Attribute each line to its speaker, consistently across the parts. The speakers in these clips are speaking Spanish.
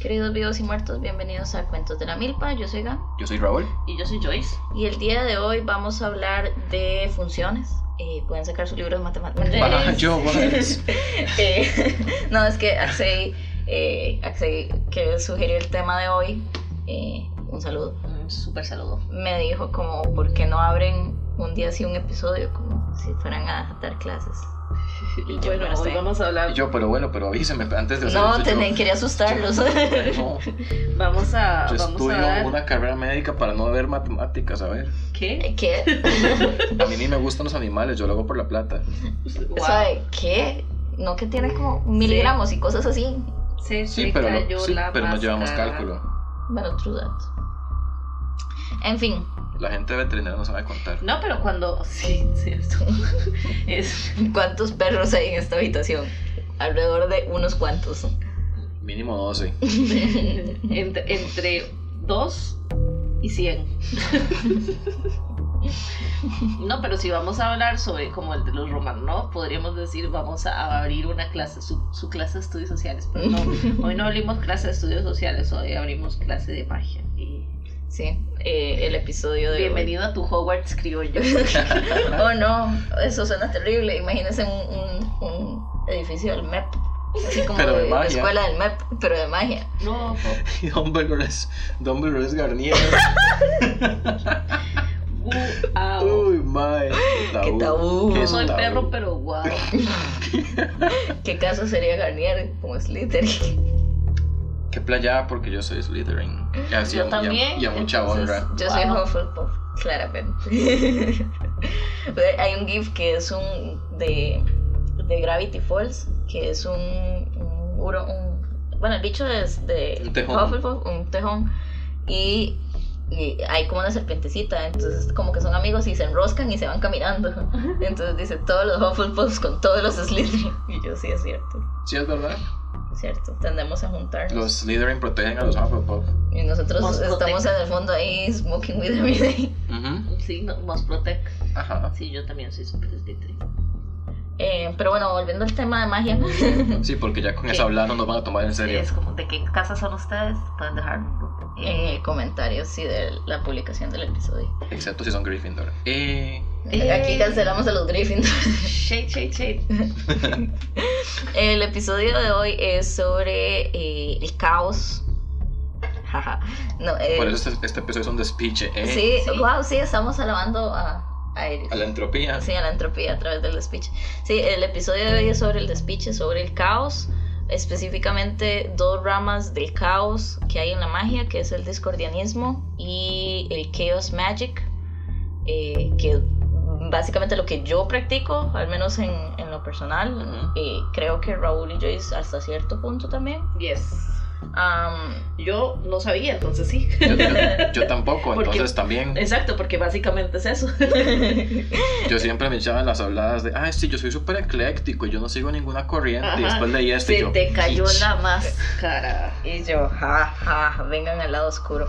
Speaker 1: Queridos vivos y muertos, bienvenidos a Cuentos de la Milpa. Yo soy Gan
Speaker 2: Yo soy Raúl.
Speaker 3: Y yo soy Joyce.
Speaker 1: y el día de hoy vamos a hablar de funciones. Eh, pueden sacar su libro de
Speaker 3: Eh.
Speaker 1: matemáticas.
Speaker 2: Baja yo, baja.
Speaker 1: Eh, no, es que Axel, eh, Axel, que sugirió el tema de hoy, eh, un saludo,
Speaker 3: Un súper saludo.
Speaker 1: me dijo como, ¿por qué no abren un día así un episodio? Como si fueran a dar clases.
Speaker 3: Y
Speaker 1: yo,
Speaker 3: bueno,
Speaker 1: no
Speaker 3: hoy
Speaker 1: sé.
Speaker 3: vamos a hablar,
Speaker 2: Y yo, pero bueno, pero avíseme antes de hacer
Speaker 1: No,
Speaker 2: eso, yo-
Speaker 1: tené- quería asustarlos.
Speaker 2: No, yo
Speaker 3: vamos a, vamos a
Speaker 2: estudio
Speaker 3: dar,
Speaker 2: una carrera médica para no ver matemáticas, a ver.
Speaker 3: ¿qué?
Speaker 1: ¿Qué?
Speaker 2: A mí ni me gustan los animales, yo lo hago por la plata.
Speaker 1: O
Speaker 3: Wow.
Speaker 1: sea, ¿de ¿qué? No que tiene como miligramos y cosas así.
Speaker 3: Se
Speaker 2: Sí,
Speaker 3: te
Speaker 2: pero, no-
Speaker 3: cayó
Speaker 2: sí,
Speaker 3: la
Speaker 2: pero no llevamos
Speaker 3: máscara.
Speaker 2: cálculo.
Speaker 1: Bueno, true that. En fin,
Speaker 2: La gente veterinaria no sabe contar.
Speaker 3: No, pero cuando, sí, cierto. es
Speaker 1: ¿cuántos perros hay en esta habitación? Alrededor de unos cuantos.
Speaker 2: Mínimo 12.
Speaker 3: entre, entre 2 y 100. No, pero si vamos a hablar sobre como el de los romanos, podríamos decir vamos a abrir una clase, su, su clase de estudios sociales. Pero no, hoy no abrimos clase de estudios sociales, hoy abrimos clase de magia. Y
Speaker 1: Sí, eh, el episodio de. hoy.
Speaker 3: Bienvenido a tu Hogwarts criollo.
Speaker 1: Oh no, eso suena terrible. Imagínense un, un- un edificio del MEP. Así como
Speaker 2: Pero de
Speaker 1: de la
Speaker 2: magia.
Speaker 1: escuela del MEP, pero de magia.
Speaker 3: No, uh,
Speaker 2: Y Dumbledore es, Dumbledore es Garnier.
Speaker 3: guau.
Speaker 2: Uy, mae.
Speaker 1: Qué tabú.
Speaker 2: Qué
Speaker 3: No soy
Speaker 2: tabú.
Speaker 3: perro, pero guau.
Speaker 1: ¿Qué caso sería Garnier como Slytherin?
Speaker 2: Qué playada porque yo soy Slytherin. Y así,
Speaker 3: Yo
Speaker 2: y a-
Speaker 3: también,
Speaker 2: Y a mucha
Speaker 3: entonces-
Speaker 2: honra.
Speaker 1: Yo soy
Speaker 3: Wow.
Speaker 1: Hufflepuff, claramente. Hay un GIF que es un. de, de Gravity Falls, que es un. un, muro- un- bueno, el bicho es de
Speaker 2: Un tejón.
Speaker 1: Hufflepuff, un tejón. Y. y hay como una serpentecita, entonces como que son amigos y se enroscan y se van caminando. Entonces dice todos los Hufflepuffs con todos los Slytherin. Y yo sí es cierto,
Speaker 2: Sí, es verdad.
Speaker 1: es cierto. Tendemos a juntarnos.
Speaker 2: Los Slytherin protegen a los Hufflepuff.
Speaker 1: Y nosotros
Speaker 3: Nos
Speaker 1: estamos
Speaker 3: protege.
Speaker 1: en el fondo ahí smoking with everything.
Speaker 2: Ujú.
Speaker 3: Sí, no, Mosprotec.
Speaker 2: Ajá.
Speaker 3: Sí, yo también soy super Slytherin.
Speaker 1: Eh, pero bueno, volviendo al tema de magia,
Speaker 2: Sí, porque ya con
Speaker 3: ¿Qué?
Speaker 2: eso hablar no nos van a tomar en serio.
Speaker 3: Es como, ¿de qué casa son ustedes? Pueden dejar un Eh,
Speaker 1: en el comentario eh, sí de la publicación del episodio.
Speaker 2: Excepto si son Gryffindor. Eh,
Speaker 3: Eh.
Speaker 1: Aquí cancelamos a los Gryffindor.
Speaker 3: Shade, shade, shade.
Speaker 1: El episodio de hoy es sobre eh, el caos. Jaja. no, eh,
Speaker 2: por eso este, este episodio es un despiche, ¿eh?
Speaker 1: sí,
Speaker 3: sí.
Speaker 1: wow, sí, estamos alabando a, a Iris.
Speaker 2: A la entropía.
Speaker 1: Sí, a la entropía a través del despiche. Sí, el episodio de hoy es sobre el despiche, sobre el caos, específicamente dos ramas del caos que hay en la magia, que es el discordianismo y el chaos magic, eh, que básicamente lo que yo practico, al menos en, en lo personal,
Speaker 2: Ujú.
Speaker 1: eh, creo que Raúl y Joyce hasta cierto punto también.
Speaker 3: Yes.
Speaker 1: Am,
Speaker 3: Yo no sabía, entonces sí.
Speaker 2: Yo, yo- yo tampoco,
Speaker 3: Porque-
Speaker 2: entonces también.
Speaker 3: Exacto, porque básicamente es eso.
Speaker 2: Yo siempre me echaba las habladas de, ay, sí, yo soy súper ecléctico, yo no sigo ninguna corriente. Y
Speaker 3: Ajá.
Speaker 2: después leí esto y
Speaker 3: Se
Speaker 2: yo.
Speaker 3: te cayó
Speaker 2: "Ich".
Speaker 3: la máscara.
Speaker 1: y yo, ja, ja, vengan al lado oscuro.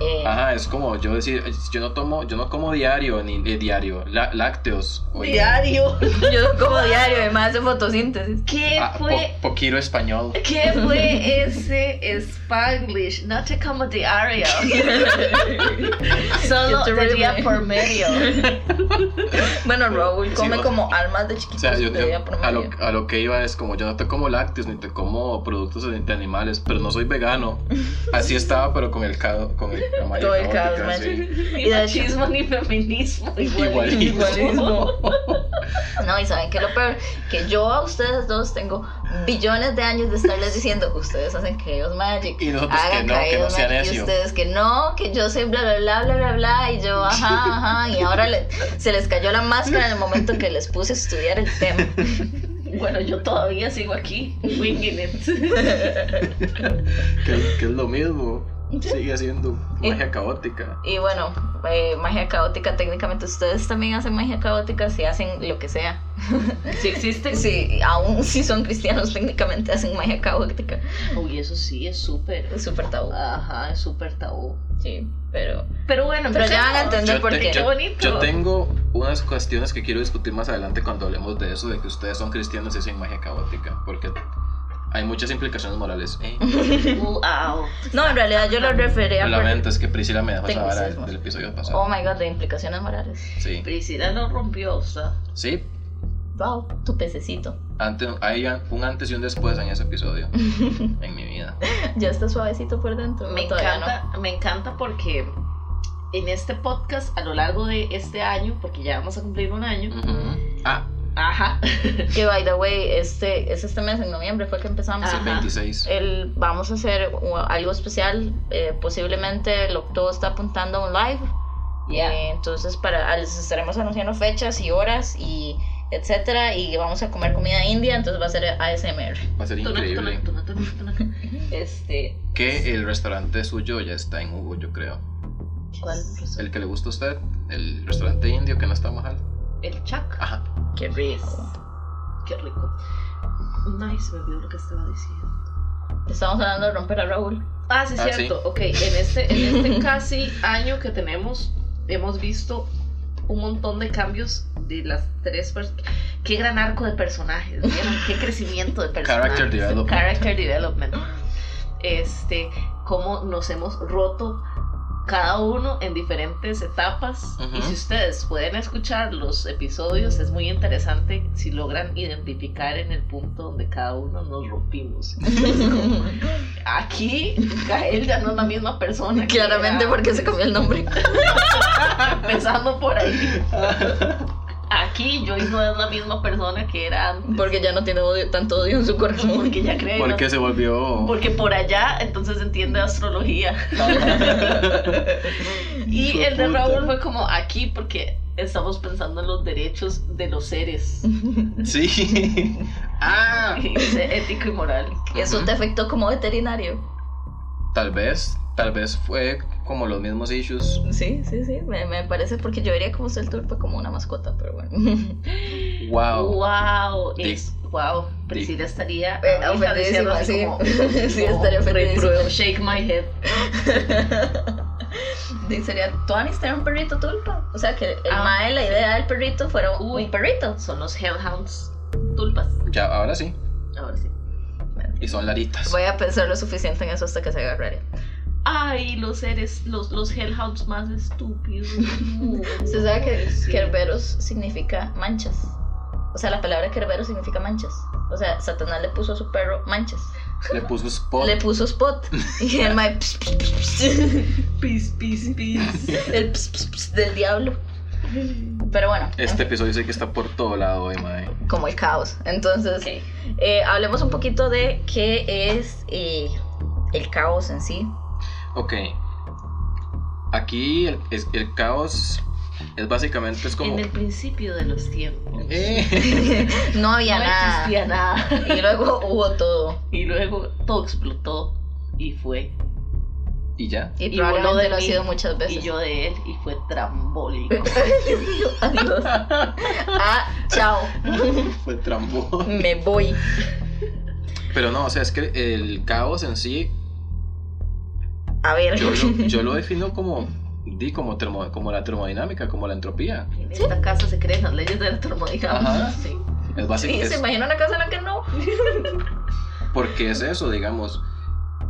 Speaker 1: Eh,
Speaker 2: Ajá, es como yo decir, yo no tomo, yo no como diario, ni eh, diario, la- lácteos. oye.
Speaker 3: Diario.
Speaker 1: yo como diario, además de fotosíntesis.
Speaker 3: ¿Qué
Speaker 2: Ah, oh. po-
Speaker 3: fue?
Speaker 2: poquiro español.
Speaker 3: ¿Qué fue ese Spanglish? No te como diario. Solo
Speaker 1: Qué
Speaker 3: de día
Speaker 1: terrible.
Speaker 3: por medio.
Speaker 1: Bueno, Raúl
Speaker 2: Sí,
Speaker 1: come
Speaker 2: o-
Speaker 1: como almas de
Speaker 2: O
Speaker 1: chiquitos
Speaker 2: sea, yo,
Speaker 1: de
Speaker 2: yo-
Speaker 1: día por
Speaker 2: a,
Speaker 1: medio.
Speaker 2: lo, a lo que iba es como yo no te como lácteos ni te como productos de, de animales, pero no soy vegano. Así estaba, pero con el cado, con el, la malla
Speaker 1: Todo el caos,
Speaker 2: caótica,
Speaker 1: man.
Speaker 2: sí.
Speaker 3: Ni
Speaker 1: Y de hecho-
Speaker 3: machismo ni feminismo.
Speaker 2: Igualismo.
Speaker 1: No, y saben que lo peor, que yo a ustedes dos tengo billones de años de estarles diciendo, ustedes hacen Chaos Magic.
Speaker 2: Y nosotros que
Speaker 1: hagan
Speaker 2: no, que
Speaker 1: Chaos
Speaker 2: no sea
Speaker 1: Magic", Y
Speaker 2: necio.
Speaker 1: ustedes que no, que yo soy bla, bla, bla, bla, bla, bla, y yo, ajá, ajá, y ahora le- se les cayó la máscara en el momento que les puse a estudiar el tema.
Speaker 3: Bueno, yo todavía sigo aquí, winging it.
Speaker 2: Que, que es lo mismo. Sigue siendo magia caótica.
Speaker 1: Y bueno, eh, magia caótica, técnicamente ustedes también hacen magia caótica si hacen lo que sea.
Speaker 3: Si existe.
Speaker 1: Sí, aún si son cristianos, técnicamente hacen magia caótica.
Speaker 3: Uy, eso sí, es súper.
Speaker 1: Es súper tabú.
Speaker 3: Ajá, es súper tabú.
Speaker 1: Sí, pero.
Speaker 3: Pero bueno,
Speaker 1: Pero ya van a
Speaker 3: empecemos.
Speaker 1: entender
Speaker 2: Yo
Speaker 1: por
Speaker 2: te-
Speaker 1: qué.
Speaker 3: Qué bonito.
Speaker 2: Yo tengo unas cuestiones que quiero discutir más adelante cuando hablemos de eso, de que ustedes son cristianos y hacen magia caótica, porque hay muchas implicaciones morales. Eh,
Speaker 3: Wow.
Speaker 1: No, en realidad yo lo refería
Speaker 2: Lo
Speaker 1: por-
Speaker 2: lamento, es que Priscila me dejó esa
Speaker 1: Tengo
Speaker 2: vara
Speaker 1: sesgo.
Speaker 2: del episodio
Speaker 1: Oh
Speaker 2: pasado.
Speaker 1: my god, de implicaciones morales.
Speaker 2: Sí.
Speaker 3: Priscila lo rompió, o sea.
Speaker 2: Sí,
Speaker 1: Wow, tu pececito.
Speaker 2: antes, hay un antes y un después en ese episodio. en mi vida.
Speaker 1: Ya está suavecito por dentro.
Speaker 3: Me
Speaker 1: ¿O todavía no?
Speaker 3: encanta, me encanta porque en este podcast, a lo largo de este año, porque ya vamos a cumplir un año,
Speaker 2: Ujú. Ah,
Speaker 1: Mm.
Speaker 3: ajá,
Speaker 1: Que by the way, este, es este mes, en noviembre fue que empezamos.
Speaker 3: Ah. Ajá.
Speaker 2: 26.
Speaker 1: El, vamos a hacer u- algo especial. eh, posiblemente el octavo está apuntando a un live.
Speaker 3: ya.
Speaker 1: Eh, entonces para, les estaremos anunciando fechas y horas y etcétera. Y vamos a comer comida india, entonces va a ser ASMR.
Speaker 2: Va a ser
Speaker 3: Tuna,
Speaker 2: increíble.
Speaker 3: tuna, tuna, tuna, tuna. Este,
Speaker 2: Que el restaurante suyo ya está en Hugo, yo creo.
Speaker 3: ¿cuál?
Speaker 2: El que le gusta a usted, el restaurante indio que no está mal.
Speaker 3: El chac.
Speaker 2: Ajá.
Speaker 1: Qué
Speaker 3: Yes. Qué rico. Ay, se me olvidó lo que estaba diciendo.
Speaker 1: Estamos hablando de romper a Raúl.
Speaker 3: Ah, sí,
Speaker 2: Ah, sí.
Speaker 3: cierto. Ok, en este, en este casi año que tenemos, hemos visto un montón de cambios de las tres personas. Qué gran arco de personajes, ¿vieron? Qué crecimiento de personajes.
Speaker 2: Character development.
Speaker 3: Character development. Este, cómo nos hemos roto cada uno en diferentes etapas.
Speaker 2: Ujú.
Speaker 3: Y si ustedes pueden escuchar los episodios, es muy interesante si logran identificar en el punto donde cada uno nos rompimos. Aquí, Gael ya no es la misma persona. que
Speaker 1: Claramente
Speaker 3: era
Speaker 1: porque se
Speaker 3: antes.
Speaker 1: cambió el nombre.
Speaker 3: Empezando por ahí. Aquí Joyce no es la misma persona que era antes.
Speaker 1: Porque ya no tiene odio- tanto odio en su corazón.
Speaker 3: Porque ya cree.
Speaker 2: Porque se volvió.
Speaker 3: Porque por allá entonces entiende astrología.
Speaker 2: Hijo
Speaker 3: Y
Speaker 2: de
Speaker 3: el de
Speaker 2: puta.
Speaker 3: Raúl fue como aquí porque estamos pensando en los derechos de los seres.
Speaker 2: Sí. ah.
Speaker 3: Y dice ético y moral.
Speaker 1: Eso te afectó como veterinario.
Speaker 2: Tal vez, tal vez fue como los mismos issues.
Speaker 1: Sí, sí, sí. Me, me parece porque yo vería como ser turpa como una mascota, pero bueno.
Speaker 2: Wow.
Speaker 3: Wow,
Speaker 2: Dick.
Speaker 3: es, wow, Priscila estaría
Speaker 1: Eh,
Speaker 3: ahorita diciendo
Speaker 1: ofendidísima,
Speaker 3: así
Speaker 1: sí.
Speaker 3: como,
Speaker 1: Sí,
Speaker 3: "Oh,
Speaker 1: estaría ofendidísima".
Speaker 3: repruebo, shake my head.
Speaker 1: Sí, Sería, tú estaría un perrito tulpa. O sea, que el
Speaker 3: Ah,
Speaker 1: mae, la idea del perrito fuera un,
Speaker 3: Uy.
Speaker 1: un perrito.
Speaker 3: Son los hellhounds tulpas.
Speaker 2: Ya, ahora sí.
Speaker 3: Ahora sí.
Speaker 2: Y son laritas.
Speaker 1: Voy a pensar lo suficiente en eso hasta que se agarraría.
Speaker 3: Ay, los seres, los, los hellhounds más estúpidos.
Speaker 1: Usted sabe que
Speaker 3: Sí.
Speaker 1: Kerberos significa manchas. O sea, la palabra Kerberos significa manchas. O sea, Satanás le puso a su perro manchas.
Speaker 2: Le puso spot.
Speaker 1: Le puso spot. Y el mae. pss, pss, pss, pss.
Speaker 3: Pis, pis, pis.
Speaker 1: El ps, ps, ps del diablo. Pero bueno,
Speaker 2: Este episodio sí que está por todo lado ¿eh? hoy, mae.
Speaker 1: como el caos. Entonces,
Speaker 3: Ok.
Speaker 1: eh, hablemos un poquito de qué es eh, el caos en sí.
Speaker 2: Ok. Aquí el, es- el caos es básicamente es como.
Speaker 3: En el principio de los tiempos.
Speaker 2: Eh,
Speaker 1: No había
Speaker 3: no
Speaker 1: nada.
Speaker 3: existía nada.
Speaker 1: Y luego hubo todo.
Speaker 3: Y luego todo explotó y fue.
Speaker 2: y ya.
Speaker 1: Y,
Speaker 3: Y
Speaker 1: probablemente
Speaker 3: voló de
Speaker 1: lo ha
Speaker 3: mí,
Speaker 1: sido muchas veces.
Speaker 3: Y yo de él y fue trambólico.
Speaker 1: Adiós. Ah, chao.
Speaker 2: Fue trampo.
Speaker 1: Me voy.
Speaker 2: Pero no, o sea, es que el caos en sí
Speaker 1: A ver.
Speaker 2: yo lo, yo lo defino como di como termo- como la termodinámica, como la entropía.
Speaker 3: En esta casa se creen las leyes de la termodinámica.
Speaker 2: Ajá.
Speaker 3: Sí.
Speaker 2: Es
Speaker 1: Sí,
Speaker 2: básicamente
Speaker 1: se imagina una casa en la que no.
Speaker 2: porque es eso, digamos.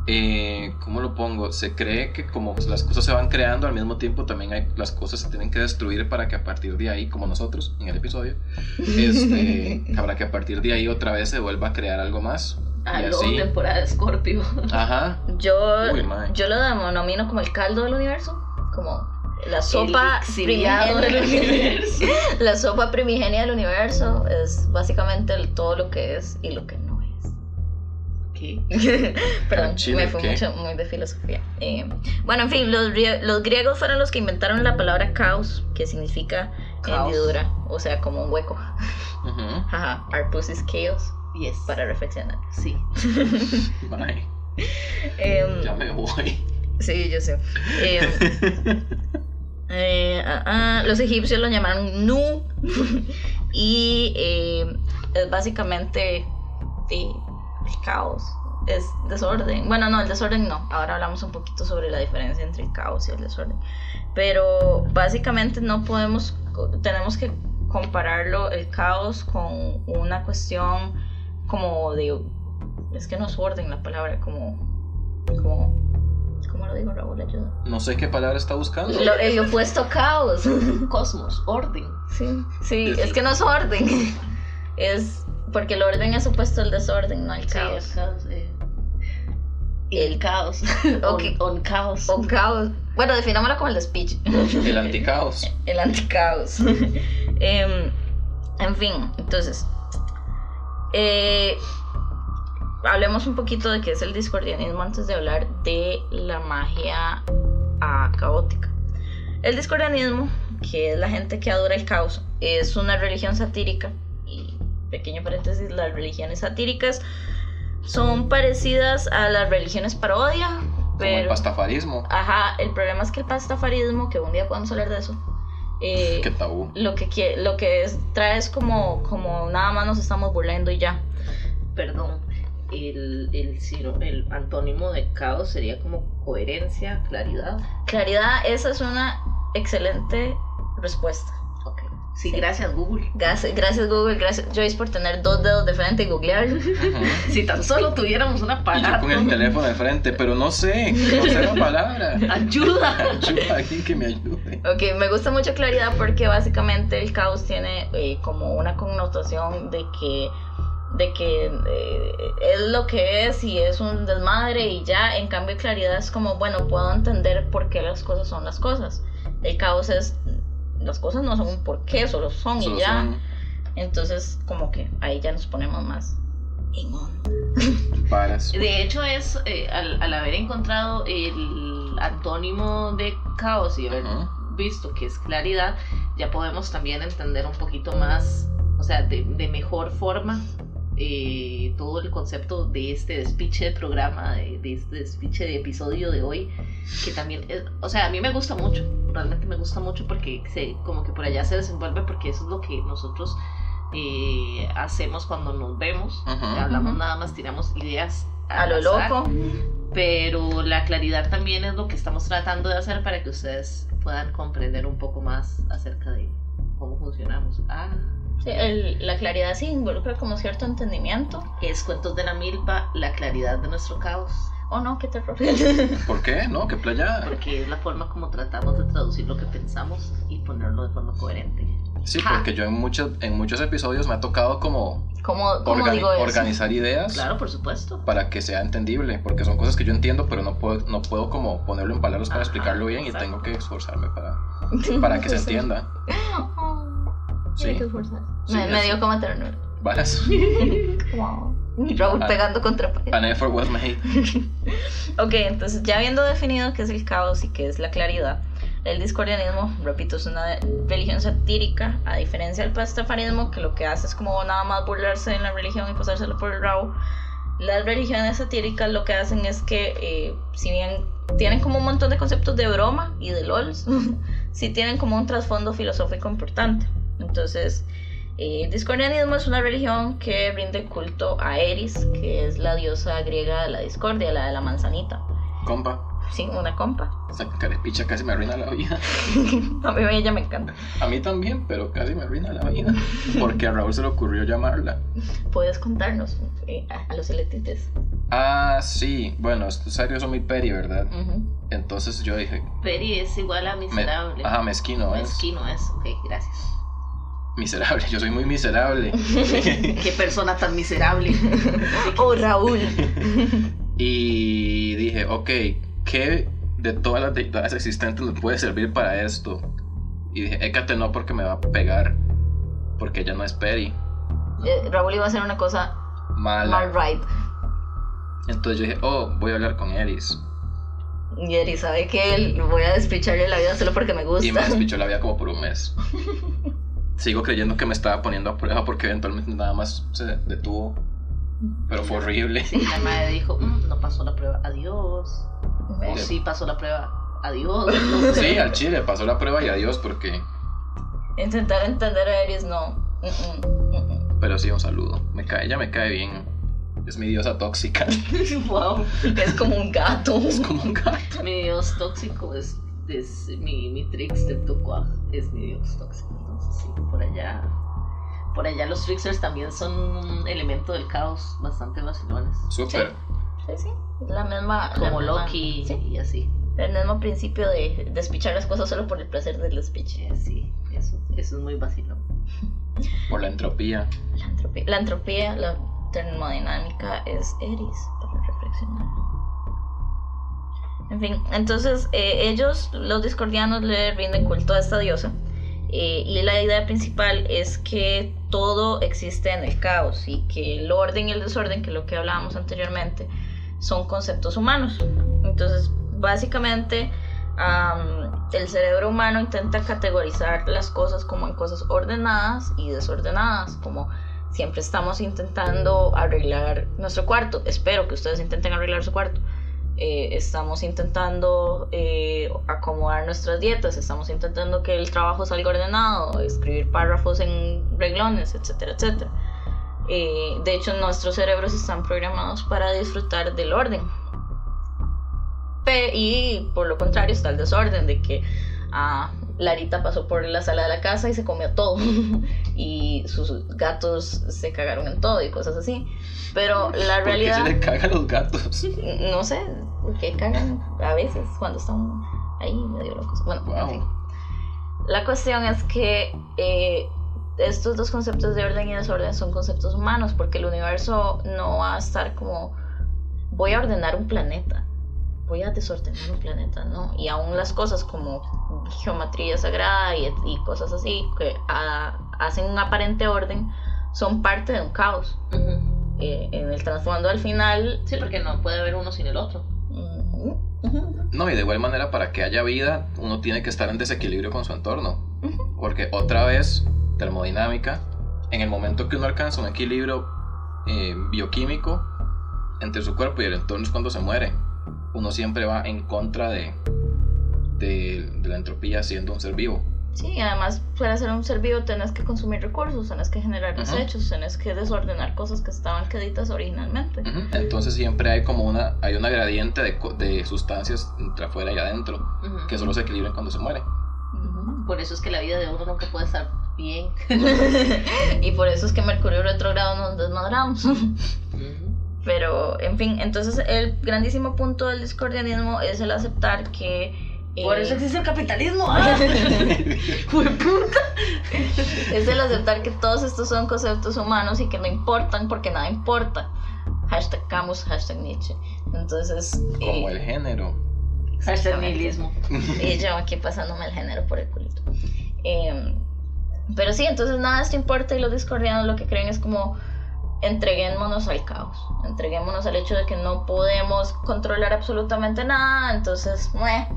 Speaker 2: Eh, ¿Cómo lo pongo? Se cree que como las cosas se van creando al mismo tiempo, también hay, las cosas se tienen que destruir para que a partir de ahí, como nosotros en el episodio, este, habrá que a partir de ahí otra vez se vuelva a crear algo más.
Speaker 3: Ah,
Speaker 2: y
Speaker 3: luego
Speaker 2: así.
Speaker 3: temporada de Scorpio.
Speaker 2: Ajá.
Speaker 1: Yo,
Speaker 2: Uy, mae.
Speaker 1: yo lo denomino como el caldo del universo. Como la sopa
Speaker 3: exiliado
Speaker 1: primigenia
Speaker 3: del universo.
Speaker 1: La sopa primigenia del universo es básicamente el- todo lo que es y lo que no es.
Speaker 3: ¿Qué?
Speaker 1: Perdón,
Speaker 2: Ah, chile,
Speaker 1: me fue
Speaker 2: ¿qué?
Speaker 1: mucho muy de filosofía. Eh, bueno, en fin, los, grie- los griegos fueron los que inventaron la palabra caos, que significa
Speaker 3: Caos.
Speaker 1: hendidura, o sea, como un hueco.
Speaker 2: Ujú.
Speaker 1: Ajá, our pussy's chaos,
Speaker 3: Yes.
Speaker 1: para reflexionar.
Speaker 3: Sí.
Speaker 2: Bye.
Speaker 1: Em,
Speaker 2: Ya me voy.
Speaker 1: Sí, yo sé. Eh, eh, ah, ah, los egipcios lo llamaron Nu. y eh, es básicamente eh, el caos. Es desorden. Bueno, no, el desorden no. Ahora hablamos un poquito sobre la diferencia entre el caos y el desorden. Pero básicamente no podemos, tenemos que compararlo el caos con una cuestión como de es que no es orden la palabra, como, como, ¿cómo lo digo Raúl? Ayuda.
Speaker 2: No sé qué palabra está buscando.
Speaker 1: Lo- el opuesto caos.
Speaker 3: Cosmos, orden.
Speaker 1: Sí, sí,
Speaker 2: Es-
Speaker 1: es que no es orden. Es porque el orden es opuesto al desorden, no al
Speaker 3: Sí,
Speaker 1: caos.
Speaker 3: el caos. eh. El caos.
Speaker 1: Ok.
Speaker 3: On, on caos.
Speaker 1: O caos. Bueno, definámoslo como el speech
Speaker 2: El anticaos.
Speaker 1: el anticaos. Em, en fin, entonces. eh, hablemos un poquito de qué es el discordianismo antes de hablar de la magia ah, caótica. El discordianismo, que es la gente que adora el caos, es una religión satírica. Y pequeño paréntesis, las religiones satíricas son parecidas a las religiones parodia,
Speaker 2: Como el
Speaker 1: pero...
Speaker 2: pastafarismo.
Speaker 1: Ajá, el problema es que el pastafarismo, que un día podemos hablar de eso, eh,
Speaker 2: Qué tabú.
Speaker 1: lo que quie- lo que es, trae es como, como nada más nos estamos burlando y ya.
Speaker 3: Perdón. El, el, sino- el antónimo de caos sería como coherencia, claridad.
Speaker 1: Claridad, esa es una excelente respuesta.
Speaker 3: Ok. Sí,
Speaker 1: Sí.
Speaker 3: gracias, Google.
Speaker 1: Gracias, gracias Google, gracias Joyce por tener dos dedos de frente y googlear.
Speaker 2: Ujú.
Speaker 3: Si tan solo tuviéramos un
Speaker 2: Y yo
Speaker 3: aparato.
Speaker 2: con el teléfono de frente, pero no sé, no sé la palabra.
Speaker 3: Ayuda.
Speaker 2: Ayuda a alguien que me ayude.
Speaker 1: Ok, me gusta mucho claridad porque básicamente el caos tiene eh, como una connotación de que de que eh, es lo que es y es un desmadre y ya, en cambio claridad es como, bueno, puedo entender por qué las cosas son las cosas. El caos es, las cosas no son un por qué, solo son y
Speaker 2: Solo
Speaker 1: ya.
Speaker 2: son
Speaker 1: Entonces, como que ahí ya nos ponemos más en onda.
Speaker 2: varas.
Speaker 3: De hecho, es eh, al, al haber encontrado el antónimo de caos y haber
Speaker 2: Ujú.
Speaker 3: visto que es claridad, ya podemos también entender un poquito más, o sea, de, de mejor forma eh, todo el concepto de este despiche de programa, de, de este despiche de episodio de hoy, que también, es- o sea, a mí me gusta mucho, realmente me gusta mucho porque se, como que por allá se desenvuelve porque eso es lo que nosotros eh, hacemos cuando nos vemos.
Speaker 2: Ujú.
Speaker 3: Hablamos
Speaker 1: Ah, Ujú.
Speaker 3: nada más, tiramos ideas
Speaker 1: A
Speaker 3: al
Speaker 1: lo
Speaker 3: azar,
Speaker 1: loco.
Speaker 3: Pero la claridad también es lo que estamos tratando de hacer para que ustedes puedan comprender un poco más acerca de cómo funcionamos. Ah,
Speaker 1: Sí, el- la claridad sí involucra como cierto entendimiento.
Speaker 3: es Cuentos de la Milpa, la claridad de nuestro caos,
Speaker 1: Oh no, qué terror.
Speaker 2: ¿Por qué? No, qué playa.
Speaker 3: porque es la forma como tratamos de traducir lo que pensamos y ponerlo de forma coherente.
Speaker 2: Sí, porque yo en muchos, en muchos episodios me ha tocado como
Speaker 1: ¿Cómo, cómo
Speaker 2: organi-
Speaker 1: digo eso?
Speaker 2: organizar ideas
Speaker 3: Claro, por supuesto.
Speaker 2: para que sea entendible, porque son cosas que yo entiendo, pero no puedo, no puedo como ponerlo en palabras para
Speaker 3: Ajá,
Speaker 2: explicarlo bien y
Speaker 3: exacto.
Speaker 2: tengo que esforzarme para, para que se entienda.
Speaker 1: Oh, tiene
Speaker 2: Sí,
Speaker 1: que esforzarse.
Speaker 2: Sí,
Speaker 1: me, me
Speaker 2: eso.
Speaker 1: dio como ternura.
Speaker 2: varas.
Speaker 1: Wow. Raúl
Speaker 2: Ah.
Speaker 1: pegando contra pared.
Speaker 2: An effort was made.
Speaker 1: Ok, entonces ya habiendo definido qué es el caos y qué es la claridad, el discordianismo, repito, es una de- religión satírica, a diferencia del pastafarismo, que lo que hace es como nada más burlarse de la religión y pasárselo por el rabo. Las religiones satíricas lo que hacen es que, eh, si bien tienen como un montón de conceptos de broma y de lols, sí tienen como un trasfondo filosófico importante. Entonces, eh, el discordianismo es una religión que rinde culto a Eris, que es la diosa griega de la discordia, la de la manzanita.
Speaker 2: Compa,
Speaker 1: Sí, una compa.
Speaker 2: esa carepicha casi me arruina la vida.
Speaker 1: A mí ella me encanta.
Speaker 2: A mí también, pero casi me arruina la vida. Porque a Raúl se le ocurrió llamarla.
Speaker 1: Puedes contarnos eh, a, a los eletites.
Speaker 2: Ah, sí, bueno, estos serios son muy peri, ¿verdad?
Speaker 1: Ujú.
Speaker 2: Entonces yo dije,
Speaker 3: Peri es igual a
Speaker 2: me-
Speaker 3: miserable.
Speaker 2: ajá, mezquino es.
Speaker 3: Mezquino es. Ok, gracias.
Speaker 2: Miserable, yo soy muy miserable.
Speaker 3: Qué persona tan miserable.
Speaker 1: Oh, Raúl.
Speaker 2: Y dije, ok, ¿qué de todas las deidades existentes nos puede servir para esto? Y dije, Hécate no porque me va a pegar. Porque ella no es Peri.
Speaker 1: Eh, Raúl iba a hacer una cosa mal
Speaker 2: Mala.
Speaker 1: right.
Speaker 2: Entonces yo dije, oh, voy a hablar con Eris.
Speaker 1: Y Eris sabe que él voy a despicharle la vida solo porque me gusta.
Speaker 2: Y me despichó la vida como por un mes. Sigo creyendo que me estaba poniendo a prueba porque eventualmente nada más se detuvo. Pero fue horrible.
Speaker 3: Sí, la madre dijo, "Mm, no pasó la prueba, adiós.
Speaker 1: Eh,
Speaker 3: O
Speaker 2: Sí.
Speaker 3: sí pasó la prueba, adiós. No sé.
Speaker 2: Sí, al chile, pasó la prueba y adiós porque...
Speaker 1: Intentar entender a Eris, no. Mm, mm, mm, mm.
Speaker 2: Pero sí, un saludo. Me cae, ella me cae bien. Es mi diosa tóxica.
Speaker 3: wow.
Speaker 1: Es como un gato.
Speaker 2: Es como un gato.
Speaker 3: Mi dios tóxico es, es mi, mi trickster Tukwaj, es mi dios tóxico. Entonces sí, por allá. Por allá los tricksters también son un elemento del caos bastante vacilones.
Speaker 2: Súper.
Speaker 1: Sí, sí. La misma. la
Speaker 3: Como
Speaker 1: misma-
Speaker 3: Loki
Speaker 1: sí,
Speaker 3: y así.
Speaker 1: el mismo principio de despichar las cosas solo por el placer del despiche.
Speaker 3: Eh, Sí, eso, eso es muy vacilón.
Speaker 2: Por la entropía.
Speaker 1: La entropía, la, entropía, la termodinámica es Eris, para reflexionar. En fin, entonces eh, ellos, los discordianos, le rinden culto a esta diosa. eh, y la idea principal es que todo existe en el caos y que el orden y el desorden, que es lo que hablábamos anteriormente, son conceptos humanos. Entonces, básicamente, am, el cerebro humano intenta categorizar las cosas como en cosas ordenadas y desordenadas, como siempre estamos intentando arreglar nuestro cuarto. Espero que ustedes intenten arreglar su cuarto. Eh, estamos intentando eh, acomodar nuestras dietas, estamos intentando que el trabajo salga ordenado, escribir párrafos en reglones, etcétera, etcétera. Eh, de hecho, nuestros cerebros están programados para disfrutar del orden. Pe- y por lo contrario está el desorden de que ah, Larita pasó por la sala de la casa y se comió todo. y sus gatos se cagaron en todo y cosas así. Pero la
Speaker 2: ¿Por qué
Speaker 1: realidad...
Speaker 2: se le caga a los gatos?
Speaker 1: No sé, porque cagan a veces cuando están ahí medio locos. Bueno, en
Speaker 2: Wow.
Speaker 1: fin. La cuestión es que eh, estos dos conceptos de orden y desorden son conceptos humanos, porque el universo no va a estar como voy a ordenar un planeta, voy a desordenar un planeta, ¿no? Y aún las cosas como geometría sagrada y, y cosas así que ah, hacen un aparente orden son parte de un caos. Eh, en el trasfondo al final mm,
Speaker 3: Sí, porque no puede haber uno sin el otro.
Speaker 1: Ujú, ujú.
Speaker 2: No, y de igual manera, para que haya vida, uno tiene que estar en desequilibrio con su entorno. Porque otra vez, termodinámica, en el momento que uno alcanza un equilibrio eh, bioquímico entre su cuerpo y el entorno es cuando se muere. Uno siempre va en contra de, de, de la entropía siendo un ser vivo.
Speaker 1: Sí, además para ser un ser vivo tenés que consumir recursos, tenés que generar
Speaker 2: Ujú.
Speaker 1: desechos, tenés que desordenar cosas que estaban queditas originalmente.
Speaker 2: Ujú. Entonces siempre hay como una, hay una gradiente de, co- de sustancias entre afuera y adentro
Speaker 3: Ujú.
Speaker 2: que solo se equilibran cuando se muere. Ah.
Speaker 1: Ujú.
Speaker 3: Por eso es que la vida de uno nunca puede estar bien.
Speaker 1: y por eso es que Mercurio retrogrado nos desmadramos.
Speaker 3: Ujú.
Speaker 1: Pero, en fin, entonces el grandísimo punto del discordianismo es el aceptar que... eh,
Speaker 3: Por eso existe el capitalismo. ¡ah!
Speaker 1: Jueputa. es el aceptar que todos estos son conceptos humanos y que no importan porque nada importa. Hashtag Camus, hashtag Nietzsche. Entonces,
Speaker 2: Como
Speaker 1: eh,
Speaker 2: el género.
Speaker 3: Hashtag
Speaker 1: exactamente.
Speaker 3: nihilismo.
Speaker 1: Y yo aquí pasándome el género por el culito. Eh, pero sí, entonces nada de esto importa y los discordianos lo que creen es como entreguémonos al caos, entreguémonos al hecho de que no podemos controlar absolutamente nada, entonces meh,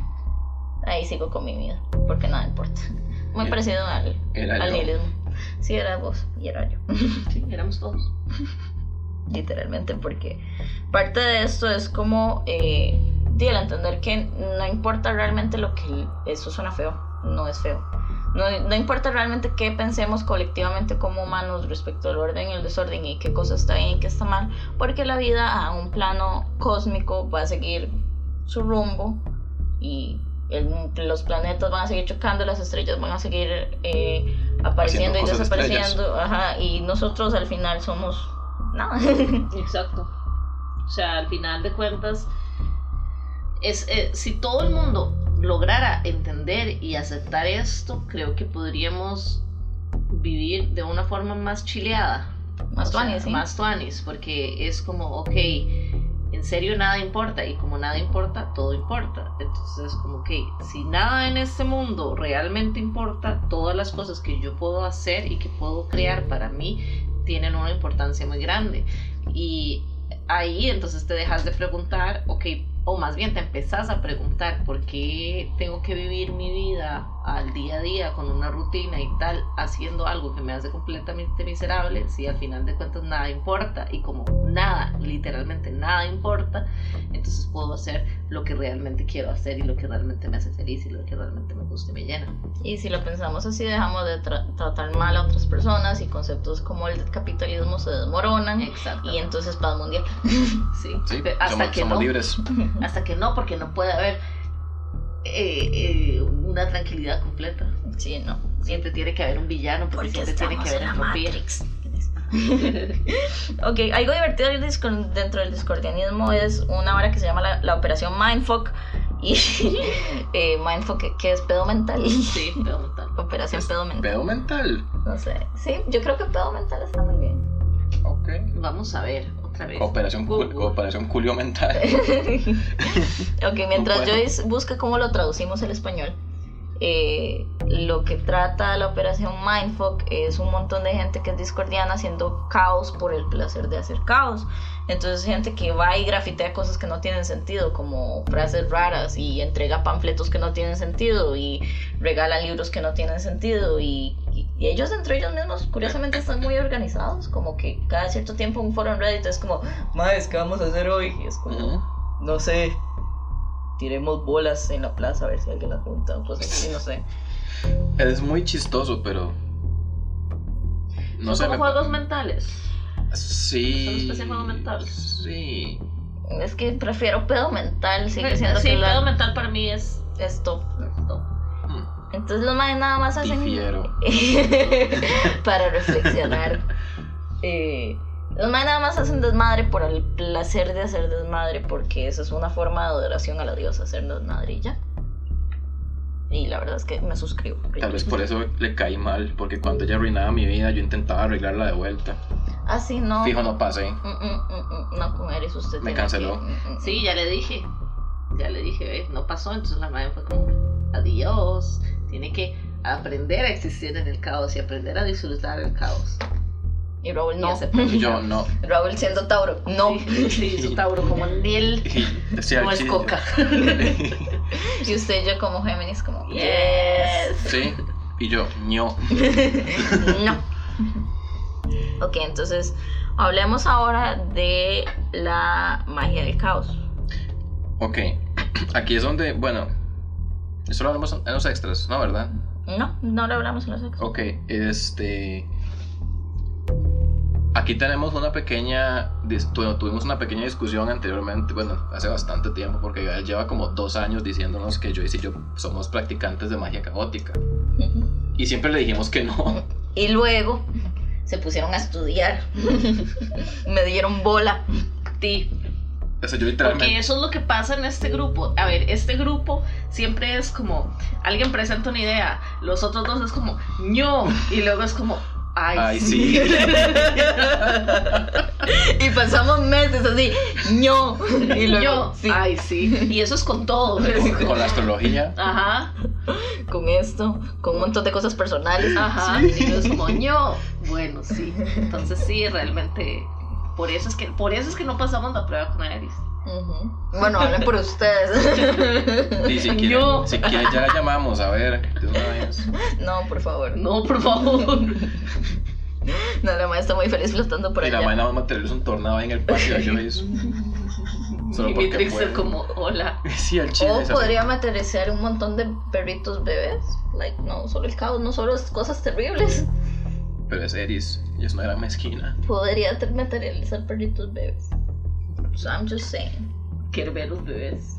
Speaker 1: ahí sigo con mi vida, porque nada importa. Muy
Speaker 2: Bien.
Speaker 1: parecido al,
Speaker 2: Era
Speaker 1: al
Speaker 2: yo.
Speaker 1: nihilismo. Sí, era vos y era yo
Speaker 3: Sí, éramos todos.
Speaker 1: literalmente, porque parte de esto es como eh, di, el entender que no importa realmente lo que eso suena feo, no es feo. No, no importa realmente qué pensemos colectivamente como humanos respecto al orden y el desorden y qué cosa está bien y qué está mal, porque la vida a un plano cósmico va a seguir su rumbo y el- los planetas van a seguir chocando, las estrellas van a seguir eh, apareciendo y
Speaker 2: cosas
Speaker 1: desapareciendo, ajá, y nosotros al final somos nada.
Speaker 3: Exacto. O sea, al final de cuentas, es, eh, si todo el mundo lograra entender y aceptar esto, creo que podríamos vivir de una forma más chileada.
Speaker 1: Más
Speaker 3: O sea,
Speaker 1: tuanis, sí.
Speaker 3: Más tuanis, porque es como, ok, en serio nada importa, y como nada importa, todo importa. Entonces, como, ok, si nada en este mundo realmente importa, todas las cosas que yo puedo hacer y que puedo crear para mí tienen una importancia muy grande. Y ahí entonces te dejas de preguntar, ok, o más bien te empezás a preguntar por qué tengo que vivir mi vida al día a día con una rutina y tal, haciendo algo que me hace completamente miserable, si al final de cuentas nada importa y como nada, literalmente nada importa, entonces puedo hacer lo que realmente quiero hacer y lo que realmente me hace feliz y lo que realmente me gusta y me llena.
Speaker 1: Y si lo pensamos así, dejamos de tra- tratar mal a otras personas y conceptos como el capitalismo se desmoronan
Speaker 3: Exacto.
Speaker 1: y entonces paz mundial.
Speaker 3: sí,
Speaker 2: Sí,
Speaker 3: pe- hasta
Speaker 2: somos,
Speaker 3: que
Speaker 2: somos
Speaker 3: no.
Speaker 2: libres.
Speaker 3: Hasta que no, porque no puede haber eh, eh, una tranquilidad completa.
Speaker 1: Sí, no.
Speaker 3: Siempre tiene que haber un villano porque,
Speaker 1: Porque
Speaker 3: siempre tiene que
Speaker 1: estamos en
Speaker 3: haber
Speaker 1: la
Speaker 3: entropía.
Speaker 1: Matrix. Ok, algo divertido del discor- dentro del discordianismo es una hora que se llama la, la operación Mindfuck. Y eh, Mindfuck, que- que es pedo mental.
Speaker 3: sí, pero no tanto.
Speaker 1: Operación
Speaker 2: Es
Speaker 1: pedo mental.
Speaker 2: Pedo mental.
Speaker 1: No sé. Sí, yo creo que pedo mental está muy bien.
Speaker 2: Ok.
Speaker 3: Vamos a ver otra vez.
Speaker 2: Operación, cul-
Speaker 3: Pues, Google.
Speaker 2: operación culio mental.
Speaker 1: ok, mientras
Speaker 2: Bueno.
Speaker 1: Joyce busca cómo lo traducimos al español. eh, lo que trata la operación Mindfuck es un montón de gente que es discordiana haciendo caos por el placer de hacer caos. Entonces gente que va y grafitea cosas que no tienen sentido, como frases raras y entrega panfletos que no tienen sentido y regala libros que no tienen sentido y, y- y ellos entre ellos mismos curiosamente están muy organizados, como que cada cierto tiempo un foro en Reddit es como, más ¿qué vamos a hacer hoy? Y es como,
Speaker 2: Ujú.
Speaker 1: no sé, tiremos bolas en la plaza a ver si alguien las junta o cosas así, no sé.
Speaker 2: Es muy chistoso, pero.
Speaker 3: Son
Speaker 2: me-
Speaker 3: como juegos mentales.
Speaker 2: Sí.
Speaker 3: Son una especie de juego mental.
Speaker 2: Sí.
Speaker 1: Es que prefiero pedo mental, sigue siendo
Speaker 3: sí,
Speaker 1: que la-
Speaker 3: pedo mental para mí es
Speaker 1: es top.
Speaker 3: no.
Speaker 2: Hmm.
Speaker 1: Entonces los más nada más hacen
Speaker 2: Difiero.
Speaker 1: para reflexionar. Eh, los más nada más hacen desmadre por el placer de hacer desmadre, porque esa es una forma de adoración a la diosa, hacer desmadre y ya. Y la verdad es que me suscribo.
Speaker 2: Tal vez por eso le caí mal, porque cuando ella arruinaba mi vida, yo intentaba arreglarla de vuelta.
Speaker 1: Así Ah, no.
Speaker 2: Fijo, no pasé.
Speaker 1: Mm, mm, mm, mm, no, con Eris usted
Speaker 2: Me
Speaker 1: tiene
Speaker 2: canceló.
Speaker 1: que- mm, mm, mm.
Speaker 3: Sí, ya le dije. Ya le dije, ¿ves? no pasó. Entonces la madre fue como, adiós. Tiene que aprender a existir en el caos y aprender a disfrutar el caos.
Speaker 1: Y Raúl no.
Speaker 3: Y aceptó.
Speaker 2: Y yo no.
Speaker 1: Raúl siendo Tauro, no.
Speaker 3: Sí, sí, su Tauro como Niel.
Speaker 2: Y decía
Speaker 3: No
Speaker 2: el
Speaker 3: es
Speaker 2: chiste.
Speaker 3: coca.
Speaker 1: Y usted yo como Géminis, como, yes.
Speaker 3: Yes.
Speaker 2: Sí. Y yo, ño.
Speaker 1: No. Ok, entonces hablemos ahora de la magia del caos.
Speaker 2: Ok. Aquí es donde, bueno. Eso lo hablamos en los extras, ¿no? ¿Verdad?
Speaker 1: No, no lo hablamos en los sexos.
Speaker 2: Ok, este. Aquí tenemos una pequeña. dis- tu- Tuvimos una pequeña discusión anteriormente, bueno, hace bastante tiempo, porque Gael lleva como dos años diciéndonos que Joyce y yo somos practicantes de magia caótica.
Speaker 1: Ujú.
Speaker 2: Y siempre le dijimos que no.
Speaker 1: Y luego se pusieron a estudiar. Me dieron bola.
Speaker 3: Sí,
Speaker 2: O sea, yo
Speaker 3: Porque
Speaker 2: literalmente.
Speaker 3: eso es lo que pasa en este grupo. A ver, este grupo siempre es como, alguien presenta una idea, los otros dos es como, ño, y luego es como, ay,
Speaker 2: Ay, sí.
Speaker 1: Y pasamos meses así, ño. Y luego,
Speaker 3: Ño,
Speaker 1: sí,
Speaker 3: ay, sí. Y eso es con todo.
Speaker 2: Con, con la astrología.
Speaker 3: Ajá,
Speaker 1: con esto, con un montón de cosas personales. Ah,
Speaker 3: ajá. Y luego es como, ño. Bueno, sí. Entonces sí, realmente, por eso es que, por eso es que no pasamos la prueba con Aries.
Speaker 1: Ujú. Bueno, hablen por ustedes.
Speaker 2: Y si quiere,
Speaker 3: No.
Speaker 2: si quiere ya la llamamos, a ver. de una vez.
Speaker 1: no, por favor.
Speaker 3: No, por favor.
Speaker 1: No, la madre está muy feliz flotando por
Speaker 2: Y la
Speaker 1: allá.
Speaker 2: vaina vamos a tener un tornado ahí en el patio de Joyce. Solo
Speaker 3: y
Speaker 2: porque
Speaker 3: mi trickster
Speaker 2: puede.
Speaker 3: como, hola.
Speaker 2: Sí, el chile.
Speaker 1: O
Speaker 2: es así.
Speaker 1: "Oh, podría materializar un montón de perritos bebés. Like, no, solo el caos, no solo es cosas terribles.
Speaker 2: Pero es Eris, y eso no era mezquina.
Speaker 1: Podría ter- materializar perritos bebés. So I'm just saying.
Speaker 3: Quiero ver los bebés.